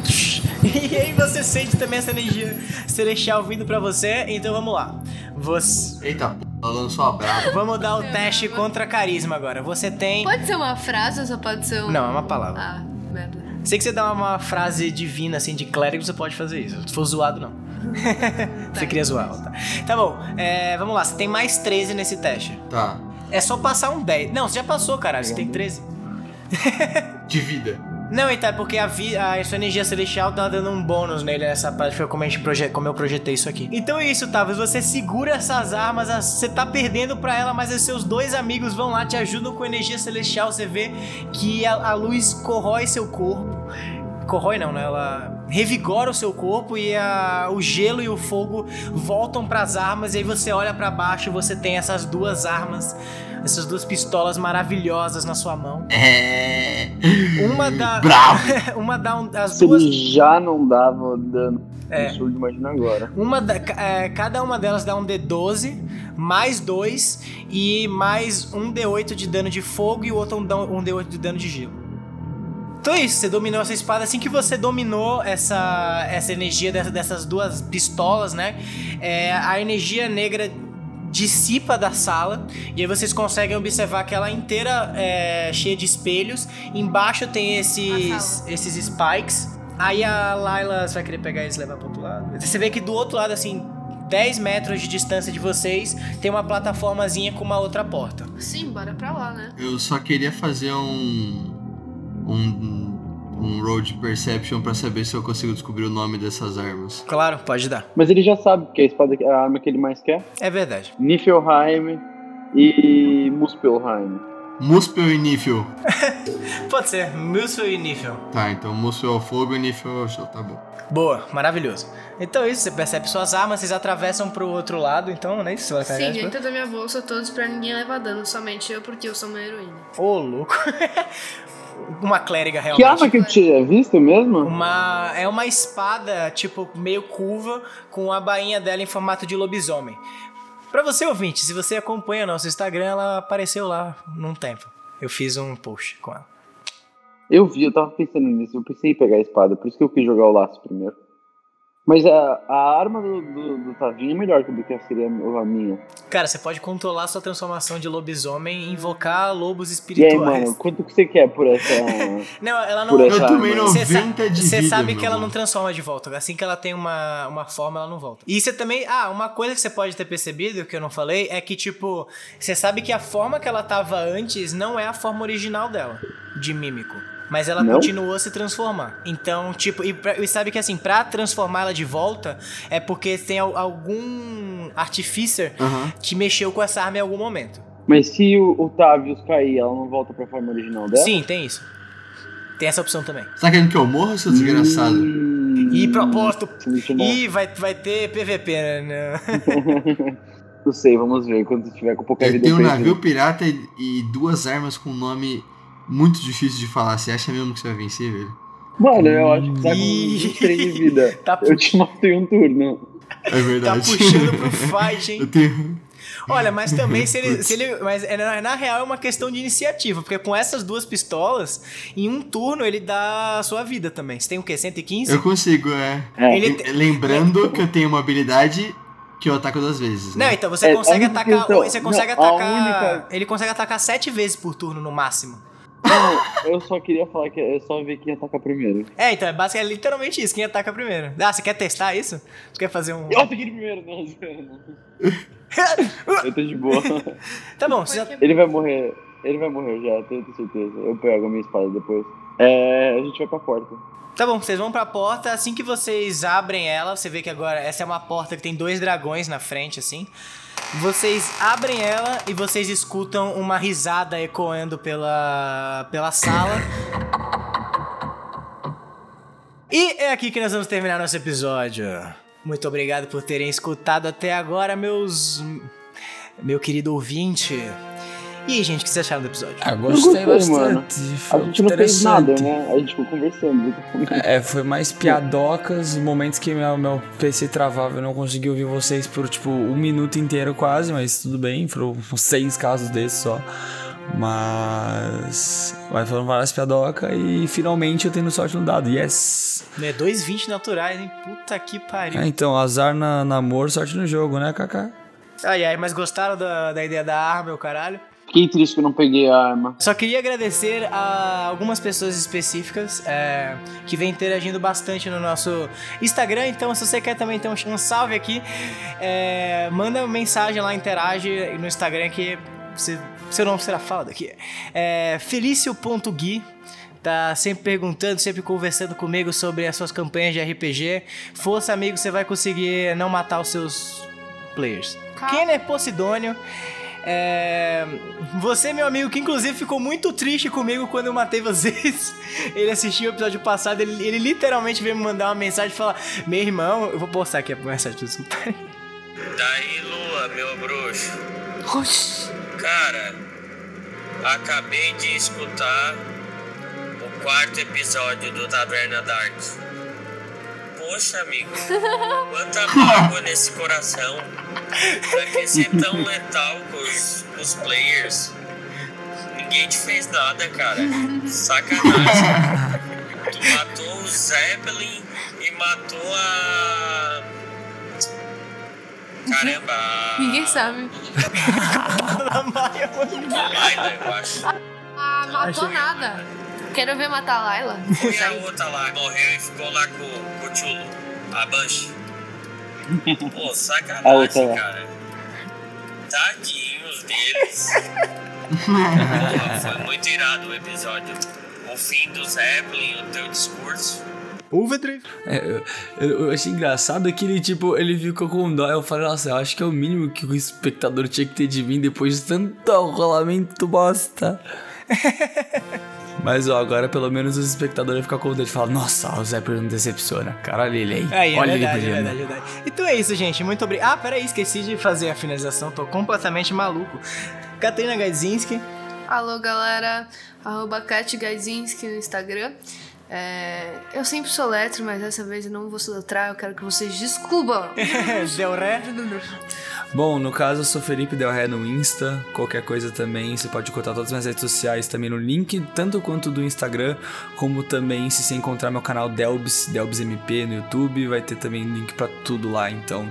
Speaker 1: E aí você sente também essa energia celestial vindo pra você. Então vamos lá. Você.
Speaker 4: Eita, p***, ela lançou a brava.
Speaker 1: Vamos dar o teste contra carisma agora. Você tem.
Speaker 2: Pode ser uma frase ou só pode ser um.
Speaker 1: Não, é uma palavra.
Speaker 2: Ah, merda.
Speaker 1: Sei que você dá uma frase divina assim de clérigo, você pode fazer isso. Se for zoado, não. você queria zoar, tá? Tá bom, é, vamos lá. Você tem mais 13 nesse teste.
Speaker 4: Tá.
Speaker 1: É só passar um 10. Não, você já passou, caralho. Você tem 13.
Speaker 4: De vida.
Speaker 1: Não, então é porque a, vi- a sua energia celestial tá dando um bônus nele nessa parte. Foi como, a gente proje- como eu projetei isso aqui. Então é isso, Tavis. Você segura essas armas, as- você tá perdendo pra ela, mas os seus dois amigos vão lá, te ajudam com energia celestial. Você vê que a, a luz corrói seu corpo. Corrói não, né? Ela revigora o seu corpo e a- o gelo e o fogo voltam para as armas. E aí você olha para baixo e você tem essas duas armas, essas duas pistolas maravilhosas na sua mão.
Speaker 4: É.
Speaker 1: Uma da-
Speaker 4: Bravo!
Speaker 1: Uma dá um, as
Speaker 5: Se
Speaker 1: duas.
Speaker 5: ele já não dava dano
Speaker 1: É.
Speaker 5: absurdo, imagina agora.
Speaker 1: Uma da- ca- é, cada uma delas dá um D12, mais dois e mais um D8 de dano de fogo e o outro um, dão- um D8 de dano de gelo. Então é isso, você dominou essa espada. Assim que você dominou essa, essa energia dessa- dessas duas pistolas, né? é, a energia negra dissipa da sala e aí vocês conseguem observar que ela é inteira é, cheia de espelhos. Embaixo tem
Speaker 2: A
Speaker 1: esses,
Speaker 2: sala.
Speaker 1: esses spikes. Aí a Layla você vai querer pegar eles e levar pro outro lado. Você vê que do outro lado, assim, 10 metros de distância de vocês, tem uma plataformazinha com uma outra porta.
Speaker 2: Sim, bora pra lá, né?
Speaker 4: Eu só queria fazer um. Um. Um road perception pra saber se eu consigo descobrir o nome dessas armas.
Speaker 1: Claro, pode dar.
Speaker 5: Mas ele já sabe que a espada é a arma que ele mais quer.
Speaker 1: É verdade.
Speaker 5: Niflheim e Muspelheim.
Speaker 4: Muspel e Nífel.
Speaker 1: Pode ser, Milso e Nífel.
Speaker 4: Tá, então Muspel é o fogo e Nífel é o gelo, tá bom.
Speaker 1: Boa, maravilhoso. Então é isso, você percebe suas armas, vocês atravessam pro outro lado, então, né? Isso vai
Speaker 2: Sim,
Speaker 1: carregar.
Speaker 2: dentro da minha bolsa todos pra ninguém levar dano, somente eu, porque eu sou uma heroína.
Speaker 1: Ô, louco. uma clériga
Speaker 5: Que
Speaker 1: realmente.
Speaker 5: arma que eu tinha visto mesmo?
Speaker 1: Uma, é uma espada, tipo, meio curva, com a bainha dela em formato de lobisomem. Pra você, ouvinte, se você acompanha nosso Instagram, ela apareceu lá num tempo. Eu fiz um post com ela.
Speaker 5: Eu vi, eu tava pensando nisso, eu pensei em pegar a espada, por isso que eu quis jogar o laço primeiro. Mas a, a arma do, do, do Tavinho é melhor do que a seria a minha.
Speaker 1: Cara, você pode controlar sua transformação de lobisomem e invocar lobos
Speaker 5: E aí,
Speaker 1: espirituais.
Speaker 5: mano, quanto que você quer por essa.
Speaker 1: não, ela não.
Speaker 5: por
Speaker 4: Eu
Speaker 5: essa
Speaker 4: tomei
Speaker 5: arma?
Speaker 4: 90
Speaker 1: Cê sa-
Speaker 4: de vida.
Speaker 1: Você sabe
Speaker 4: meu
Speaker 1: que ela
Speaker 4: irmão.
Speaker 1: não transforma de volta. Assim que ela tem uma, uma forma, ela não volta. E você também. Ah, uma coisa que você pode ter percebido, que eu não falei, é que, tipo, você sabe que a forma que ela tava antes não é a forma original dela, de mímico. Mas ela
Speaker 5: Não?
Speaker 1: continuou a se transformar. Então, tipo, e, pra- e sabe que assim, pra transformar ela de volta, é porque tem al- algum artificer
Speaker 4: Aham.
Speaker 1: que mexeu com essa arma em algum momento.
Speaker 5: Mas se o Otávios cair, ela não volta pra forma original dela?
Speaker 1: Sim, tem isso. Tem essa opção também.
Speaker 4: Você tá querendo que eu morra, seu desgraçado?
Speaker 5: Hum,
Speaker 1: E propósito.
Speaker 5: muito bom.
Speaker 1: Ih, vai, vai ter PVP, né?
Speaker 5: Não sei, vamos ver quando tiver com pouca
Speaker 4: Eu
Speaker 5: vida.
Speaker 4: tenho um
Speaker 5: eu penso.
Speaker 4: navio pirata e, e duas armas com um nome muito difícil de falar. Você acha mesmo que você vai vencer, velho?
Speaker 5: Mano, eu acho que tá com
Speaker 1: Ih.
Speaker 5: 23 de vida.
Speaker 1: Tá,
Speaker 5: Eu te matei um turno.
Speaker 4: É
Speaker 1: tá
Speaker 4: verdade.
Speaker 1: puxando pro fight,
Speaker 4: Eu
Speaker 1: hein?
Speaker 4: tenho.
Speaker 1: Olha, mas também se ele. Se ele mas é, na, na real é uma questão de iniciativa, porque com essas duas pistolas, em um turno ele dá a sua vida também. Você tem o quê? 115?
Speaker 4: Eu consigo, é.
Speaker 5: É.
Speaker 1: Ele
Speaker 4: E-
Speaker 1: te-
Speaker 4: Lembrando que eu tenho uma habilidade que eu ataco duas vezes.
Speaker 1: Não,
Speaker 4: Né?
Speaker 1: então você
Speaker 5: É, a
Speaker 1: consegue
Speaker 5: única-
Speaker 1: atacar.
Speaker 5: então,
Speaker 1: você consegue
Speaker 5: não, a
Speaker 1: atacar.
Speaker 5: única-
Speaker 1: Ele consegue atacar sete vezes por turno no máximo.
Speaker 5: Mano, eu só queria falar que é só ver quem ataca primeiro.
Speaker 1: É, então é basicamente é literalmente isso, quem ataca primeiro. Ah, você quer testar isso? Você quer fazer um.
Speaker 5: Eu ataquei primeiro, não. Eu tô de boa.
Speaker 1: Tá bom, você já.
Speaker 2: Porque-
Speaker 5: Ele vai morrer. Ele vai morrer já, tenho certeza. Eu pego a minha espada depois. É, a gente vai pra porta.
Speaker 1: Tá bom, vocês vão pra porta. Assim que vocês abrem ela, você vê que agora essa é uma porta que tem dois dragões na frente, assim. Vocês abrem ela e vocês escutam uma risada ecoando pela, pela sala. E é aqui que nós vamos terminar nosso episódio. Muito obrigado por terem escutado até agora, meus. Meu querido ouvinte. E aí, gente, o que vocês acharam do episódio?
Speaker 3: Ah,
Speaker 5: gostei,
Speaker 3: gostei bastante.
Speaker 5: A
Speaker 3: Foi
Speaker 5: gente não fez nada,
Speaker 3: Hum, interessante.
Speaker 5: né? A gente ficou conversando.
Speaker 3: É, foi mais piadocas, momentos que meu, meu PC travava, eu não consegui ouvir vocês por tipo um minuto inteiro quase, mas tudo bem, foram seis casos desses só. Mas. Mas foram várias piadocas e finalmente eu tenho sorte no dado, yes!
Speaker 1: Né, 2,20 naturais, hein? Puta que pariu.
Speaker 3: É, então, azar na, na amor, sorte no jogo, né, Kaká?
Speaker 1: Ai, ai, mas gostaram da, da ideia da arma, o caralho?
Speaker 5: Fiquei triste que eu não peguei a arma.
Speaker 1: Só queria agradecer a algumas pessoas específicas é, que vem interagindo bastante no nosso Instagram. Então, se você quer também ter um, um salve aqui, é, manda mensagem lá, interage no Instagram que você, seu nome será falado aqui. É, Felício.gui tá sempre perguntando, sempre conversando comigo sobre as suas campanhas de RPG. Força, amigo, você vai conseguir não matar os seus players.
Speaker 2: Calma.
Speaker 1: Kenner Posidônio. É, Você, meu amigo, que inclusive ficou muito triste comigo quando eu matei vocês. Ele assistiu o episódio passado, ele, ele literalmente veio me mandar uma mensagem e falar: Meu irmão, eu vou postar aqui a mensagem do seu pai.
Speaker 7: Daí, Tá Lua, meu bruxo. Cara, acabei de escutar o quarto episódio do Taverna Dark. Poxa, amigo, quanta mágoa nesse coração. Pra que ser tão letal com os, com os players? Ninguém te fez nada, cara. Sacanagem. tu matou o Zeppelin e matou a. Caramba, a-
Speaker 8: Ninguém sabe.
Speaker 7: Laila, eu acho.
Speaker 8: Ah, matou nada. Quero ver matar a Laila.
Speaker 7: E a outra lá, morreu e ficou lá com, com o Chulo, a Banshee. Pô,
Speaker 5: A outra
Speaker 7: sacanagem,
Speaker 5: lá.
Speaker 7: cara. Tadinhos deles. Porra, foi muito irado o episódio. O fim do Zeppelin, o teu discurso.
Speaker 1: Uvedrive.
Speaker 3: É, eu- eu, eu achei engraçado que ele, tipo, ele ficou com dó. Eu falei, nossa, eu acho que é o mínimo que o espectador tinha que ter de mim depois de tanto rolamento bosta. Mas ó, agora pelo menos os espectadores vão ficar contentes. Fala, nossa, o Zé não decepciona. Cara, olha ele aí.
Speaker 1: Aí, é
Speaker 3: olha
Speaker 1: verdade,
Speaker 3: ele
Speaker 1: é
Speaker 3: brilhando.
Speaker 1: verdade, é verdade. Então é isso, gente. Muito obrigado. Ah, peraí, esqueci de fazer a finalização. Tô completamente maluco. Katarina Gadzinski.
Speaker 2: Alô, galera. Arroba Kat Gazinski no Instagram. É, eu sempre soletro, mas dessa vez eu não vou soletrar. Eu quero que vocês descubram.
Speaker 1: Del Ré.
Speaker 3: Bom, no caso, eu sou Felipe Del Ré no Insta. Qualquer coisa também, você pode encontrar todas as minhas redes sociais também no link, tanto quanto do Instagram, como também se você encontrar meu canal Delbs, Delbs MP no YouTube, vai ter também link pra tudo lá. Então,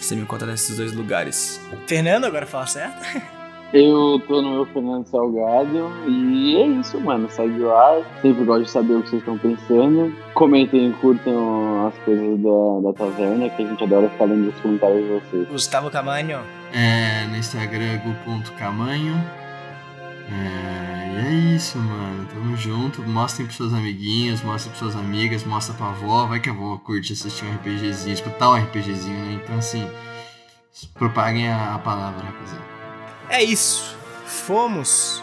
Speaker 3: você me encontra nesses dois lugares.
Speaker 1: Fernando, agora fala certo.
Speaker 5: Eu tô no meu Fernando Salgado e é isso, mano. Segue lá. Sempre gosto de saber o que vocês estão pensando. Comentem e curtam as coisas da, da taverna, que a gente adora ficar lendo os comentários de vocês.
Speaker 1: Gustavo Camanho.
Speaker 4: É, no Instagram, gu.camanho. É, e é isso, mano. Tamo junto. Mostrem pros seus amiguinhos, mostrem pros suas amigas, mostra pra avó. Vai que a avó curte assistir um RPGzinho, escutar um RPGzinho, né? Então, assim, propaguem a, a palavra, rapaziada.
Speaker 1: É isso. Fomos.